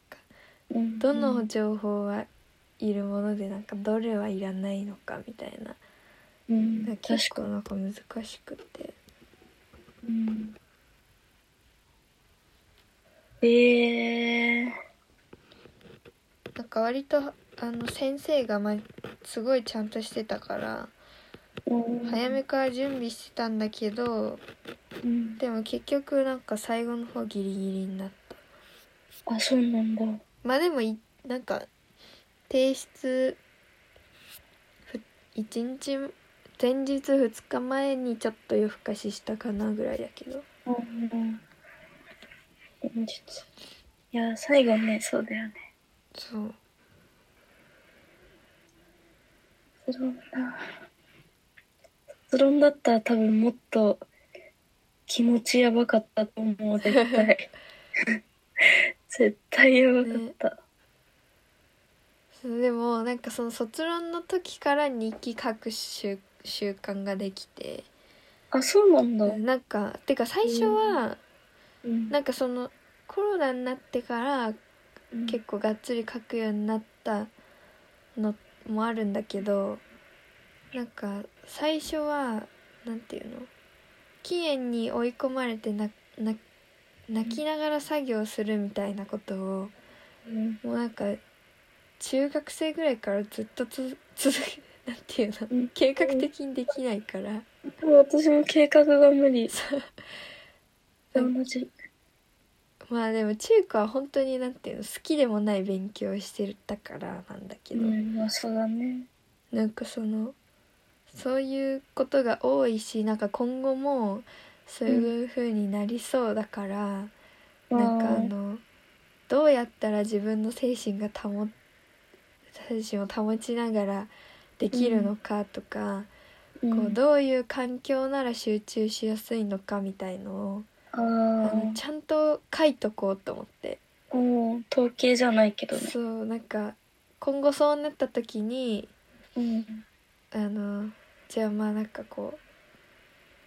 [SPEAKER 2] うん
[SPEAKER 1] どの情報はいるものでなんかどれはいらないのかみたいな
[SPEAKER 2] うん
[SPEAKER 1] なんか
[SPEAKER 2] 確
[SPEAKER 1] 結
[SPEAKER 2] か
[SPEAKER 1] 構なんか難しくて
[SPEAKER 2] に、うんえー、
[SPEAKER 1] なんか割とあの先生が、ま、すごいちゃんとしてたから早めから準備してたんだけど
[SPEAKER 2] うん
[SPEAKER 1] でも結局なんか最後の方ギリギリになった
[SPEAKER 2] あそうなんだ
[SPEAKER 1] まあでもいなんか提出ふ1日前日2日前にちょっと夜更かししたかなぐらいだけど
[SPEAKER 2] うんうんちょっといや最後ねそうだよね
[SPEAKER 1] そう
[SPEAKER 2] 卒論な卒論だったら多分もっと気持ちやばかったと思う絶
[SPEAKER 1] [LAUGHS]
[SPEAKER 2] 対絶対やばかった、
[SPEAKER 1] そうでもなんかその卒論の時から日記書く習習慣ができて
[SPEAKER 2] あそうなんだ、
[SPEAKER 1] なんかてか最初は
[SPEAKER 2] うん
[SPEAKER 1] なんかそのコロナになってから結構がっつり書くようになったのもあるんだけどなんか最初はなんていうの期限に追い込まれてなな泣きながら作業するみたいなことを
[SPEAKER 2] うん
[SPEAKER 1] もうなんか中学生ぐらいからずっとつ [LAUGHS] 続けなんていう
[SPEAKER 2] う
[SPEAKER 1] の
[SPEAKER 2] ん
[SPEAKER 1] 計画的にできないから
[SPEAKER 2] でも私も計画が無
[SPEAKER 1] [LAUGHS]
[SPEAKER 2] 理
[SPEAKER 1] そう
[SPEAKER 2] 同じ
[SPEAKER 1] まあでも中華は本当になんていうの好きでもない勉強をしてたからなんだけ
[SPEAKER 2] う
[SPEAKER 1] ど、
[SPEAKER 2] んまあそうだね
[SPEAKER 1] なんかそのそういうことが多いしなんか今後もそういう風になりそうだから、なんかあのどうやったら自分の精神が保精神を保ちながらできるのかとか、
[SPEAKER 2] うん
[SPEAKER 1] こうどういう環境なら集中しやすいのかみたいのを、
[SPEAKER 2] あ
[SPEAKER 1] あの
[SPEAKER 2] ー
[SPEAKER 1] ちゃんと書いとこうと思って
[SPEAKER 2] うん統計じゃないけどね
[SPEAKER 1] そうなんか今後そうなった時に
[SPEAKER 2] うん
[SPEAKER 1] あのじゃあまあなんかこう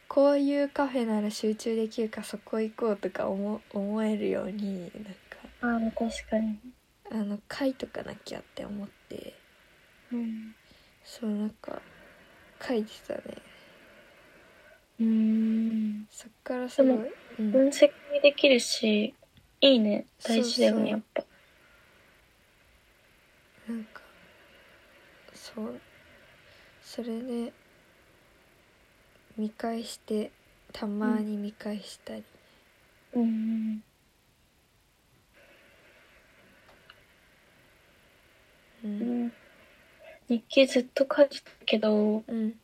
[SPEAKER 1] こういうカフェなら集中できるかそこ行こうとか思思えるようになんか
[SPEAKER 2] あー確かに
[SPEAKER 1] あの書いとかなきゃって思って
[SPEAKER 2] うん
[SPEAKER 1] そうなんか書いてたね
[SPEAKER 2] うん
[SPEAKER 1] そっからすごい、うん、
[SPEAKER 2] 分析できるしいいね大事だよ
[SPEAKER 1] そうそう
[SPEAKER 2] ねやっぱ
[SPEAKER 1] なんかそうそれで見返してたまに見返したり、
[SPEAKER 2] うん
[SPEAKER 1] う
[SPEAKER 2] うんん日記ずっと書いてたけど
[SPEAKER 1] うん、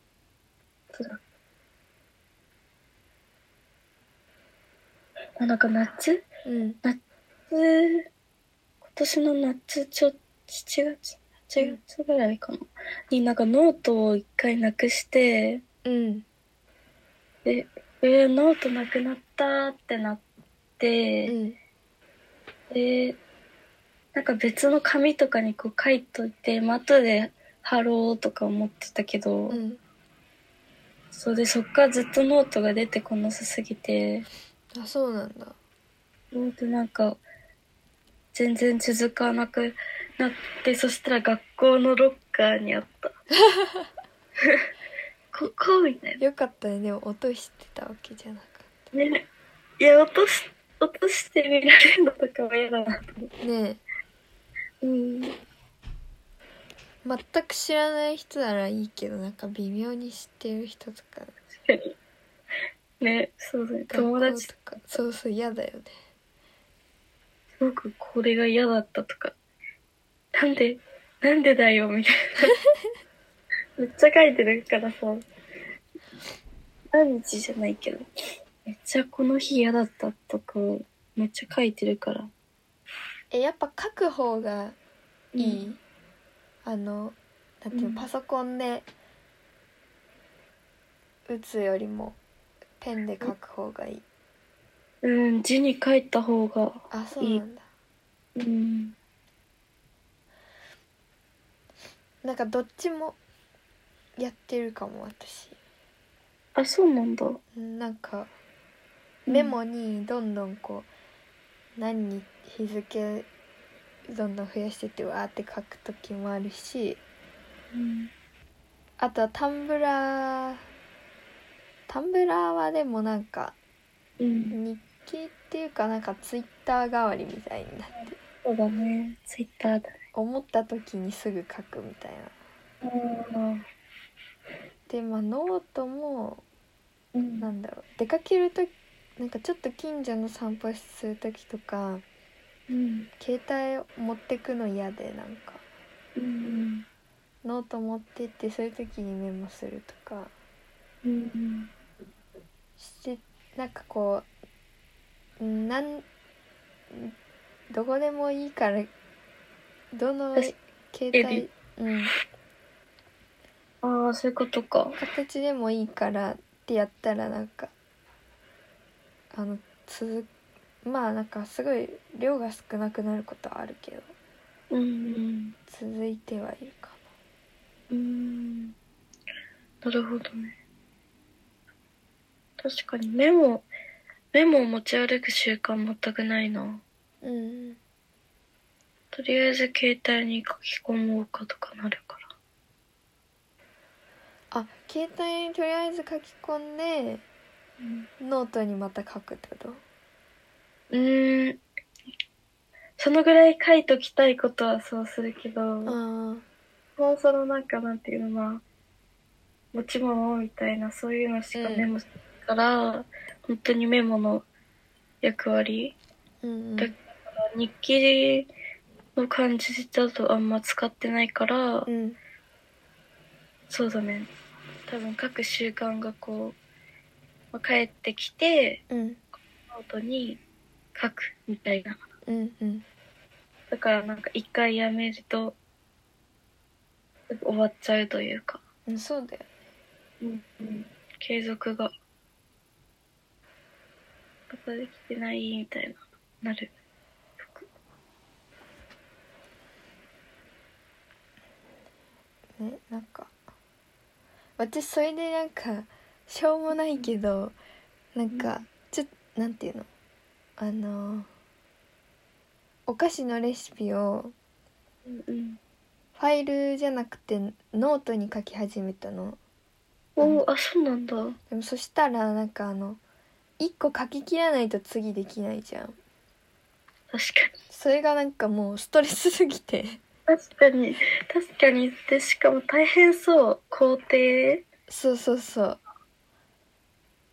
[SPEAKER 2] あなんか夏
[SPEAKER 1] うん、
[SPEAKER 2] 夏今年の夏ちょ7月8月ぐらいかなになんかノートを一回なくして
[SPEAKER 1] うん、
[SPEAKER 2] でえーノートなくなったってなって、
[SPEAKER 1] うん、
[SPEAKER 2] でなんか別の紙とかにこう書いといて、まあ、後で貼ろうとか思ってたけど、
[SPEAKER 1] うん、
[SPEAKER 2] そうでそっからずっとノートが出てこなさすぎて
[SPEAKER 1] あ、そうなんだ。
[SPEAKER 2] ノートなんか全然続かなくなってそしたら学校のロッカーにあっ
[SPEAKER 1] [LAUGHS]
[SPEAKER 2] たここみたい
[SPEAKER 1] よかったねでも音してたわけじゃなかっ
[SPEAKER 2] なねいや落とし落として見られるのとかも嫌だ
[SPEAKER 1] た
[SPEAKER 2] な
[SPEAKER 1] ね
[SPEAKER 2] うん。
[SPEAKER 1] 全く知らない人ならいいけどなんか微妙に知ってる人とか
[SPEAKER 2] ね、そうだね。友達
[SPEAKER 1] 学校とかそうそう嫌だよね
[SPEAKER 2] すごくこれが嫌だったとか、なんで、なんでだよ、みたいな。めっちゃ書いてるからさ、何日じゃないけど、めっちゃこの日嫌だったとか、めっちゃ書いてるから。
[SPEAKER 1] えやっぱ書く方がいい、
[SPEAKER 2] うん
[SPEAKER 1] あのだっていうの
[SPEAKER 2] うん
[SPEAKER 1] パソコンで打つよりもペンで書く方がいい
[SPEAKER 2] うん、字に書いた方が、
[SPEAKER 1] あそうなんだ
[SPEAKER 2] うん、
[SPEAKER 1] なんかどっちもやってるかも私
[SPEAKER 2] あ、そうなんだ。
[SPEAKER 1] うんなんか
[SPEAKER 2] うん
[SPEAKER 1] メモにどんどんこう何に日付どんどん増やしてってわーって書く時もあるし
[SPEAKER 2] うん、
[SPEAKER 1] あとはタンブラータンブラーはでもなんか
[SPEAKER 2] うん、
[SPEAKER 1] 日記っていうかなんかツイッター代わりみたいになって
[SPEAKER 2] そうだね。ツイッターだね。
[SPEAKER 1] 思った時にすぐ書くみたいな。でまあノートも
[SPEAKER 2] うん
[SPEAKER 1] なんだろう出かける時なんかちょっと近所の散歩する時とか
[SPEAKER 2] うん、
[SPEAKER 1] 携帯持ってくの嫌でなんか
[SPEAKER 2] うん、
[SPEAKER 1] ノート持ってってそういう時にメモするとか
[SPEAKER 2] うん、
[SPEAKER 1] してなんかこうんなんどこでもいいからどの
[SPEAKER 2] 確
[SPEAKER 1] 携
[SPEAKER 2] か
[SPEAKER 1] 帯、うん、
[SPEAKER 2] ああ、そういうことか。
[SPEAKER 1] 形でもいいからってやったらなんかあの続まあなんかすごい量が少なくなることはあるけど
[SPEAKER 2] うん、うん。
[SPEAKER 1] 続いてはいるか
[SPEAKER 2] うーんなるほどね。確かにメモ、メモを持ち歩く習慣全くないな。
[SPEAKER 1] なうん
[SPEAKER 2] とりあえず携帯に書き込もうかとかなるから。
[SPEAKER 1] あ携帯にとりあえず書き込んで
[SPEAKER 2] うん。
[SPEAKER 1] ノートにまた書くってこと
[SPEAKER 2] うーん。そのぐらい書いときたいことはそうするけど、
[SPEAKER 1] あ
[SPEAKER 2] もうそのなんかなんていうのかな、持ち物みたいなそういうのしかメモするから、本当にメモの役割
[SPEAKER 1] あうんうん
[SPEAKER 2] だ日記の感じだとあんま使ってないから、
[SPEAKER 1] うん
[SPEAKER 2] そうだね多分書く習慣がこうまあ帰ってきて
[SPEAKER 1] うん
[SPEAKER 2] ノートに書くみたいな
[SPEAKER 1] うんうん
[SPEAKER 2] だからなんか一回やめると終わっちゃうというか、
[SPEAKER 1] うんそうだよ
[SPEAKER 2] 継続がまたできてないみたいななる
[SPEAKER 1] ねなんか私それでなんかしょうもないけどなんかちょっとなんていうのあのお菓子のレシピを
[SPEAKER 2] うん
[SPEAKER 1] ファイルじゃなくてノートに書き始めたの
[SPEAKER 2] おおあそうなんだう
[SPEAKER 1] でもそしたらなんかあの1個書ききらないと次できないじゃん
[SPEAKER 2] 確かに
[SPEAKER 1] それがなんかもうストレスすぎて
[SPEAKER 2] 確かに確かにでしかも大変そう工程
[SPEAKER 1] そうそうそう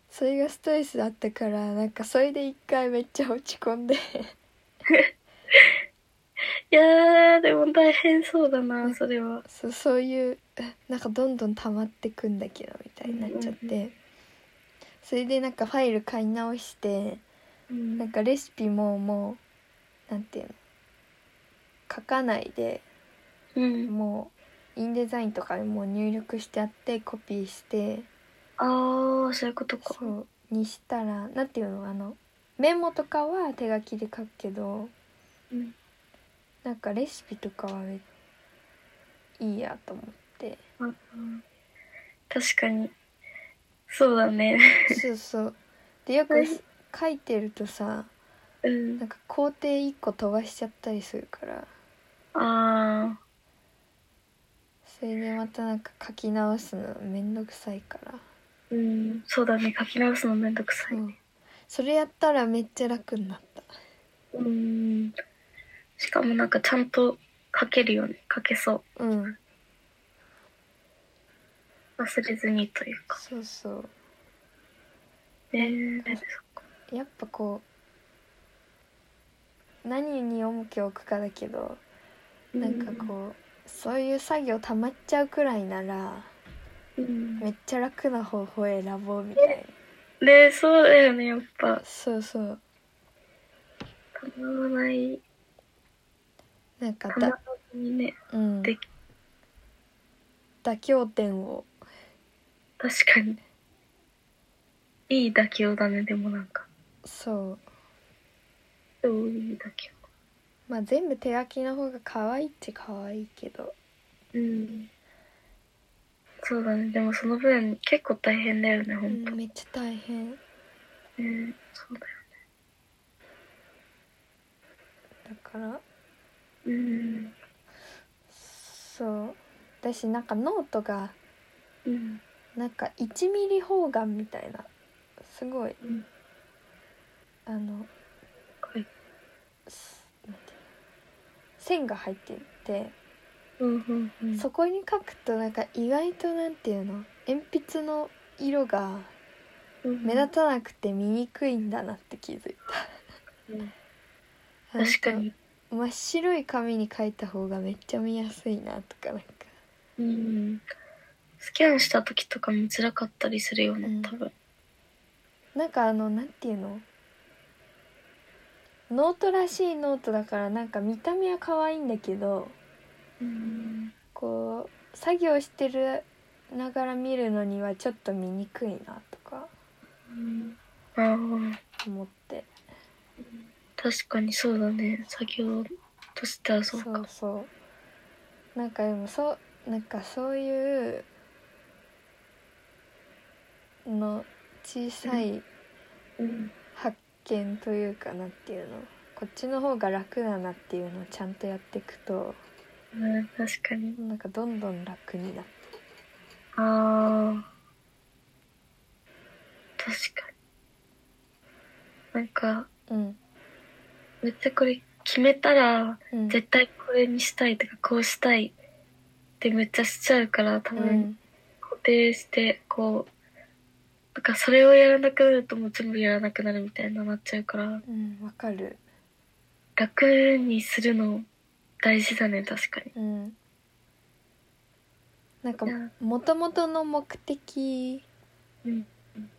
[SPEAKER 1] それがストレスだったからなんかそれで1回めっちゃ落ち込んで [LAUGHS]
[SPEAKER 2] いやーでも大変そうだなそれは
[SPEAKER 1] そうそういうえなんかどんどん溜まってくんだけどみたいになっちゃって、
[SPEAKER 2] うんうん
[SPEAKER 1] それでなんかファイル買い直して
[SPEAKER 2] うん
[SPEAKER 1] なんかレシピももうなんていうの書かないで
[SPEAKER 2] うん
[SPEAKER 1] もうインデザインとかにもう入力してあってコピーして
[SPEAKER 2] ああそういうことか
[SPEAKER 1] そうにしたらなんていうのあのメモとかは手書きで書くけど
[SPEAKER 2] うん
[SPEAKER 1] なんかレシピとかはめいいやと思
[SPEAKER 2] [LAUGHS]
[SPEAKER 1] って。
[SPEAKER 2] うん確かにそうだね [LAUGHS]
[SPEAKER 1] そうそうでよ
[SPEAKER 2] は
[SPEAKER 1] く
[SPEAKER 2] い
[SPEAKER 1] 書いてるとさ
[SPEAKER 2] うん
[SPEAKER 1] なんか工程1個飛ばしちゃったりするから
[SPEAKER 2] ああ
[SPEAKER 1] それでまたなんか書き直すのめんどくさいから、
[SPEAKER 2] うんそうだね書き直すのめんどくさい
[SPEAKER 1] うんそれやったらめっちゃ楽になった
[SPEAKER 2] うんしかもなんかちゃんと書けるよね書けそ
[SPEAKER 1] うん
[SPEAKER 2] う忘れずにというか
[SPEAKER 1] そうそう
[SPEAKER 2] えー、そっか
[SPEAKER 1] やっぱこう何に重きを置くかだけどなんかこうそういう作業溜まっちゃうくらいなら
[SPEAKER 2] うん
[SPEAKER 1] めっちゃ楽な方法選ぼうみたい
[SPEAKER 2] でそうだよねやっぱ
[SPEAKER 1] なそうそう
[SPEAKER 2] たまらない
[SPEAKER 1] なんか
[SPEAKER 2] たまら
[SPEAKER 1] だ、
[SPEAKER 2] ずにね
[SPEAKER 1] うん、
[SPEAKER 2] で
[SPEAKER 1] 妥協点を
[SPEAKER 2] 確かにいい妥協だねでもなんか
[SPEAKER 1] そう
[SPEAKER 2] どういい妥協
[SPEAKER 1] まあ全部手書きの方が可愛いって可愛いけど
[SPEAKER 2] うんそうだねでもその分結構大変だよね
[SPEAKER 1] う
[SPEAKER 2] 本当
[SPEAKER 1] んめっちゃ大変
[SPEAKER 2] うんそうだよ
[SPEAKER 1] だから
[SPEAKER 2] うん
[SPEAKER 1] そう私なんかノートが
[SPEAKER 2] うん
[SPEAKER 1] なんか1ミリ方眼みたいなすごい
[SPEAKER 2] うん
[SPEAKER 1] あの
[SPEAKER 2] はい
[SPEAKER 1] すなんていうの線が入っていて、
[SPEAKER 2] うんうんうん
[SPEAKER 1] そこに書くとなんか意外となんていうの鉛筆の色が目立たなくて見にくいんだなって気づい
[SPEAKER 2] うん
[SPEAKER 1] た
[SPEAKER 2] 確かに
[SPEAKER 1] 真っ白い紙に書いた方がめっちゃ見やすいなとかなんか
[SPEAKER 2] うんスキャンした時とか見づらかったりするよね、
[SPEAKER 1] うん
[SPEAKER 2] 多分
[SPEAKER 1] なんかあのなんていうのノートらしいノートだからなんか見た目は可愛いんだけど
[SPEAKER 2] うん
[SPEAKER 1] こう作業してるながら見るのにはちょっと見にくいなとか
[SPEAKER 2] ああ
[SPEAKER 1] 思って
[SPEAKER 2] 確かにそうだね作業としてはそう
[SPEAKER 1] そ
[SPEAKER 2] か
[SPEAKER 1] うそうなんかでもそうなんかそういうの小さい
[SPEAKER 2] うん
[SPEAKER 1] 発見というかなんていうのこっちの方が楽だなっていうのをちゃんとやっていくと
[SPEAKER 2] うん確かに
[SPEAKER 1] なんかどんどん楽になって
[SPEAKER 2] ああ確かになんか
[SPEAKER 1] うん
[SPEAKER 2] めっちゃこれ決めたら
[SPEAKER 1] うん
[SPEAKER 2] 絶対これにしたいとかこうしたいってめっちゃしちゃうから
[SPEAKER 1] う
[SPEAKER 2] 多分、
[SPEAKER 1] ん
[SPEAKER 2] 固定してこうなんかそれをやらなくなるともう全部やらなくなるみたいになっちゃうから
[SPEAKER 1] うんわかる
[SPEAKER 2] 楽にするの大事だね確かに
[SPEAKER 1] うんなんか
[SPEAKER 2] うん
[SPEAKER 1] もともとの目的
[SPEAKER 2] うん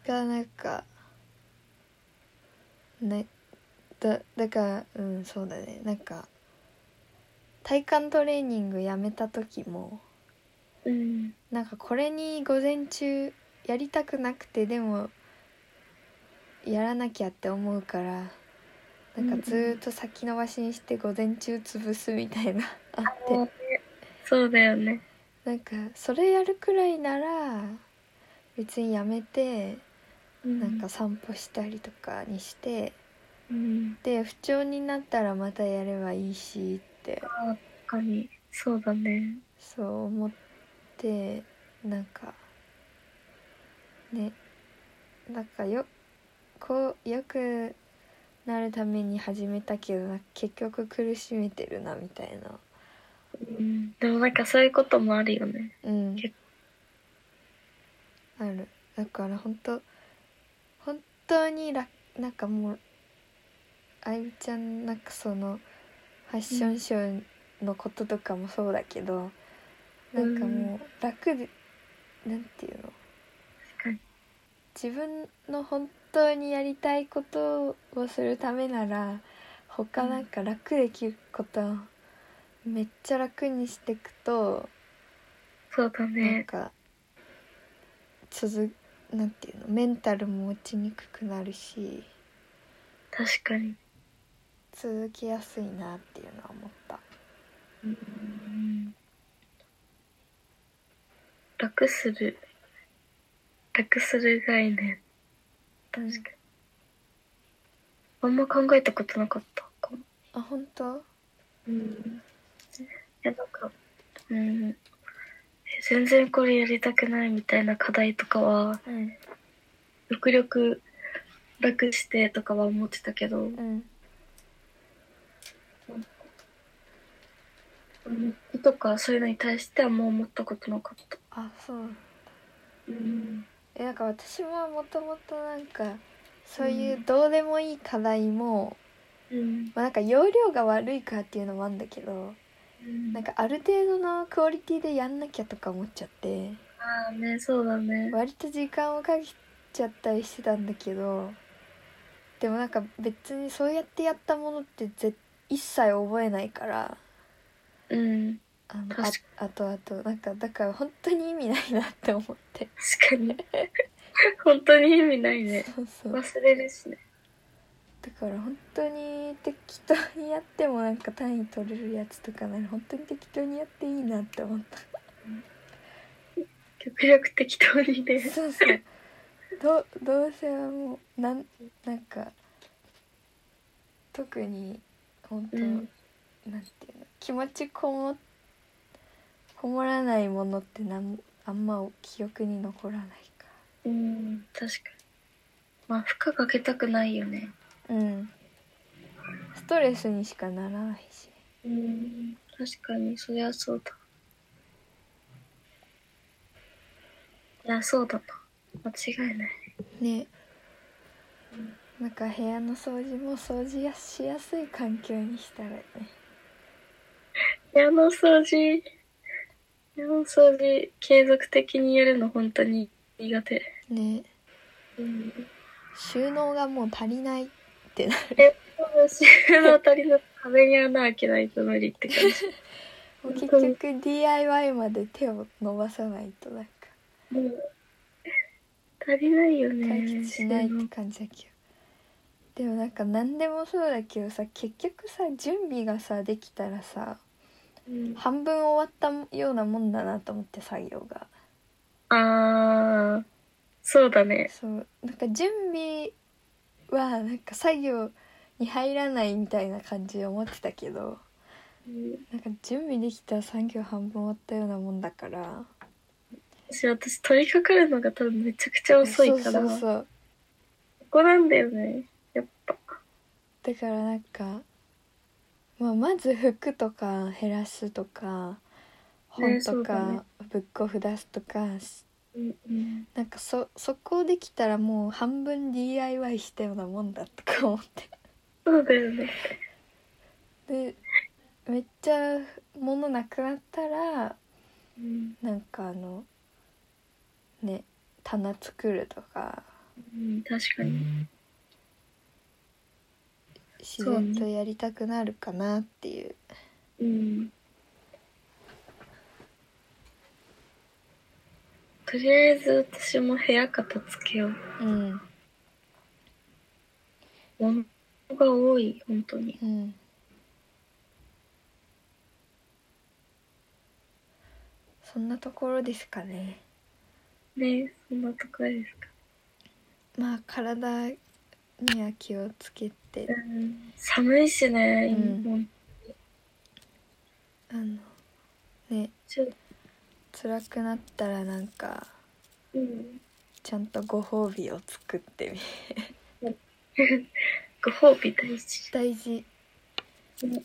[SPEAKER 1] がなんかねだだからうんそうだねなんか体幹トレーニングやめた時も
[SPEAKER 2] うん
[SPEAKER 1] なんかこれに午前中やりたくなくてでもやらなきゃって思うからなんかずーっと先延ばしにして午前中潰すみたいな [LAUGHS] あって
[SPEAKER 2] そうだよね
[SPEAKER 1] なんかそれやるくらいなら別にやめて
[SPEAKER 2] な
[SPEAKER 1] なんか散歩したりとかにして
[SPEAKER 2] うん
[SPEAKER 1] で不調になったらまたやればいいしって
[SPEAKER 2] 確かにそうだね
[SPEAKER 1] そう思ってなんかねなんかよこうよくなるために始めたけどなんか結局苦しめてるなみたいな
[SPEAKER 2] うんでもなんかそういうこともあるよね
[SPEAKER 1] うん
[SPEAKER 2] 結
[SPEAKER 1] あるだから本当本当にらなんかもうあゆみちゃんなんかそのファッションショーのこととかもそうだけど、
[SPEAKER 2] うん
[SPEAKER 1] なんかもう楽でなんていうの
[SPEAKER 2] 確かに
[SPEAKER 1] 自分の本当にやりたいことをするためなら他なんか楽できることをめっちゃ楽にしていくと、
[SPEAKER 2] そうだ
[SPEAKER 1] なん
[SPEAKER 2] ね
[SPEAKER 1] か続なんていうのメンタルも落ちにくくなるし
[SPEAKER 2] 確かに
[SPEAKER 1] 続きやすいなっていうのは思った
[SPEAKER 2] うん楽する楽する概念確かにあんま考えたことなかったかも
[SPEAKER 1] あ本当
[SPEAKER 2] うんいやなんかうんえ全然これやりたくないみたいな課題とかは
[SPEAKER 1] うん
[SPEAKER 2] 極力楽してとかは思ってたけど
[SPEAKER 1] うん
[SPEAKER 2] 日記とかそういうのに対してはもう思ったことなかった。
[SPEAKER 1] あそう
[SPEAKER 2] うん。
[SPEAKER 1] えなんか私はもともとなんかそういうどうでもいい課題も、
[SPEAKER 2] うん。
[SPEAKER 1] まあ、なんか容量が悪いからっていうのもあるんだけどなんかある程度のクオリティでやんなきゃとか思っちゃって
[SPEAKER 2] ああね、そうだね。
[SPEAKER 1] 割と時間をかけちゃったりしてたんだけどでもなんか別にそうやってやったものってぜ一切覚えないから
[SPEAKER 2] うん。
[SPEAKER 1] あの
[SPEAKER 2] 確か
[SPEAKER 1] ああ
[SPEAKER 2] に
[SPEAKER 1] とあとなんかだから本当に意味ないなって思って
[SPEAKER 2] [LAUGHS] 確かに。本当に意味ないね。
[SPEAKER 1] そうそう
[SPEAKER 2] 忘れるしね。
[SPEAKER 1] だから本当に適当にやってもなんか単位取れるやつとかなら本当に適当にやっていいなって思った
[SPEAKER 2] 極力適当に
[SPEAKER 1] [LAUGHS]
[SPEAKER 2] ね。
[SPEAKER 1] そうそうどどうせはもうなんなんか特に本当、
[SPEAKER 2] うん
[SPEAKER 1] なんていうの気持ちこもこもらないものってなんあんま記憶に残らないか
[SPEAKER 2] うん、確かに。まあ、負荷かけたくないよね。
[SPEAKER 1] らうんストレスにしかならないし
[SPEAKER 2] うん、確かに、そりゃそうだ。いや、そうだな。間違いない。
[SPEAKER 1] ねなんか部屋の掃除も掃除やしやすい環境にしたらね
[SPEAKER 2] 部屋の掃除、部屋の掃除、継続的にやるの本当に苦手。
[SPEAKER 1] ね
[SPEAKER 2] うん。
[SPEAKER 1] 収納がもう足りないってな
[SPEAKER 2] 私のあたりの壁に穴開けないと無理って感じ。
[SPEAKER 1] もう結局 DIY まで手を伸ばさないとなんか
[SPEAKER 2] も [LAUGHS] う、足りないよ
[SPEAKER 1] 解
[SPEAKER 2] ね。
[SPEAKER 1] 決しないって感じだけどでもなんか何でもそうだけどさ結局さ準備がさできたらさ
[SPEAKER 2] うん
[SPEAKER 1] 半分終わったようなもんだなと思って作業が
[SPEAKER 2] あー、そうだね。
[SPEAKER 1] そうなんか準備はなんか作業に入らないみたいな感じで思ってたけど
[SPEAKER 2] うん
[SPEAKER 1] なんか準備できたら作業半分終わったようなもんだから
[SPEAKER 2] 私、私取り掛かるのが多分めちゃくちゃ遅いから。
[SPEAKER 1] そうそうそう
[SPEAKER 2] ここなんだよね。やっぱ。
[SPEAKER 1] だからなんか、まあ、まず服とか減らすとか本
[SPEAKER 2] ね
[SPEAKER 1] と
[SPEAKER 2] そうだね
[SPEAKER 1] かブックオフ出すとかし
[SPEAKER 2] うんうん。
[SPEAKER 1] なんかそそこできたらもう半分 DIY したようなもんだとか思って
[SPEAKER 2] そうだよね。
[SPEAKER 1] でめっちゃ物なくなったら
[SPEAKER 2] うん。
[SPEAKER 1] なんかあのね棚作るとか
[SPEAKER 2] うん、確かに。
[SPEAKER 1] 自
[SPEAKER 2] そう
[SPEAKER 1] 然
[SPEAKER 2] ね
[SPEAKER 1] とやりたくなるかなっていう
[SPEAKER 2] うん。とりあえず私も部屋片付けよう。
[SPEAKER 1] うん
[SPEAKER 2] 物が多い、本当に。
[SPEAKER 1] うんそんなところですかね
[SPEAKER 2] ねそんなところですか。
[SPEAKER 1] まあ体には気をつけて
[SPEAKER 2] うん。寒いしね、
[SPEAKER 1] うん
[SPEAKER 2] もう
[SPEAKER 1] あのね
[SPEAKER 2] ちょっと
[SPEAKER 1] 辛くなったらなんか
[SPEAKER 2] うん。
[SPEAKER 1] ちゃんとご褒美を作ってみ
[SPEAKER 2] ご褒美大事。
[SPEAKER 1] 大事
[SPEAKER 2] うん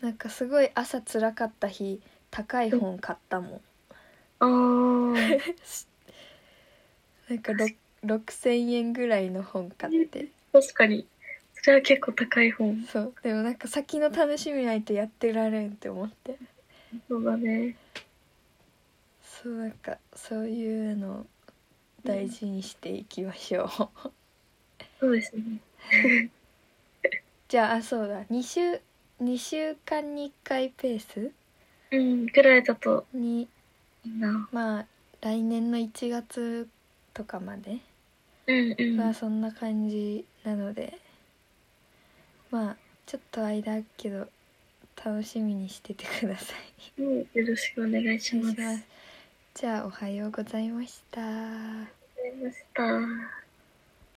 [SPEAKER 1] なんかすごい朝辛かった日高い本買ったもん
[SPEAKER 2] ああ。
[SPEAKER 1] なんかろ6,000円ぐらいの本買って
[SPEAKER 2] 確かに。それは結構高い本。
[SPEAKER 1] そうでもなんか先の楽しみないとやってられんって思って
[SPEAKER 2] そうだね。
[SPEAKER 1] そうなんかそういうのを大事にしていきましょう、 [LAUGHS]
[SPEAKER 2] そうですね。
[SPEAKER 1] じゃああそうだ2週2週間に1回ペース
[SPEAKER 2] うん、ぐらいだと
[SPEAKER 1] に
[SPEAKER 2] いいな。
[SPEAKER 1] まあ来年の1月とかまで
[SPEAKER 2] うんうん。
[SPEAKER 1] はそんな感じなので、まあちょっと間空くけど楽しみにしててください。
[SPEAKER 2] うんよろしくお願いし
[SPEAKER 1] お
[SPEAKER 2] ま
[SPEAKER 1] 願いしま
[SPEAKER 2] す。
[SPEAKER 1] すじゃあおはようございました。
[SPEAKER 2] ありがとうございました。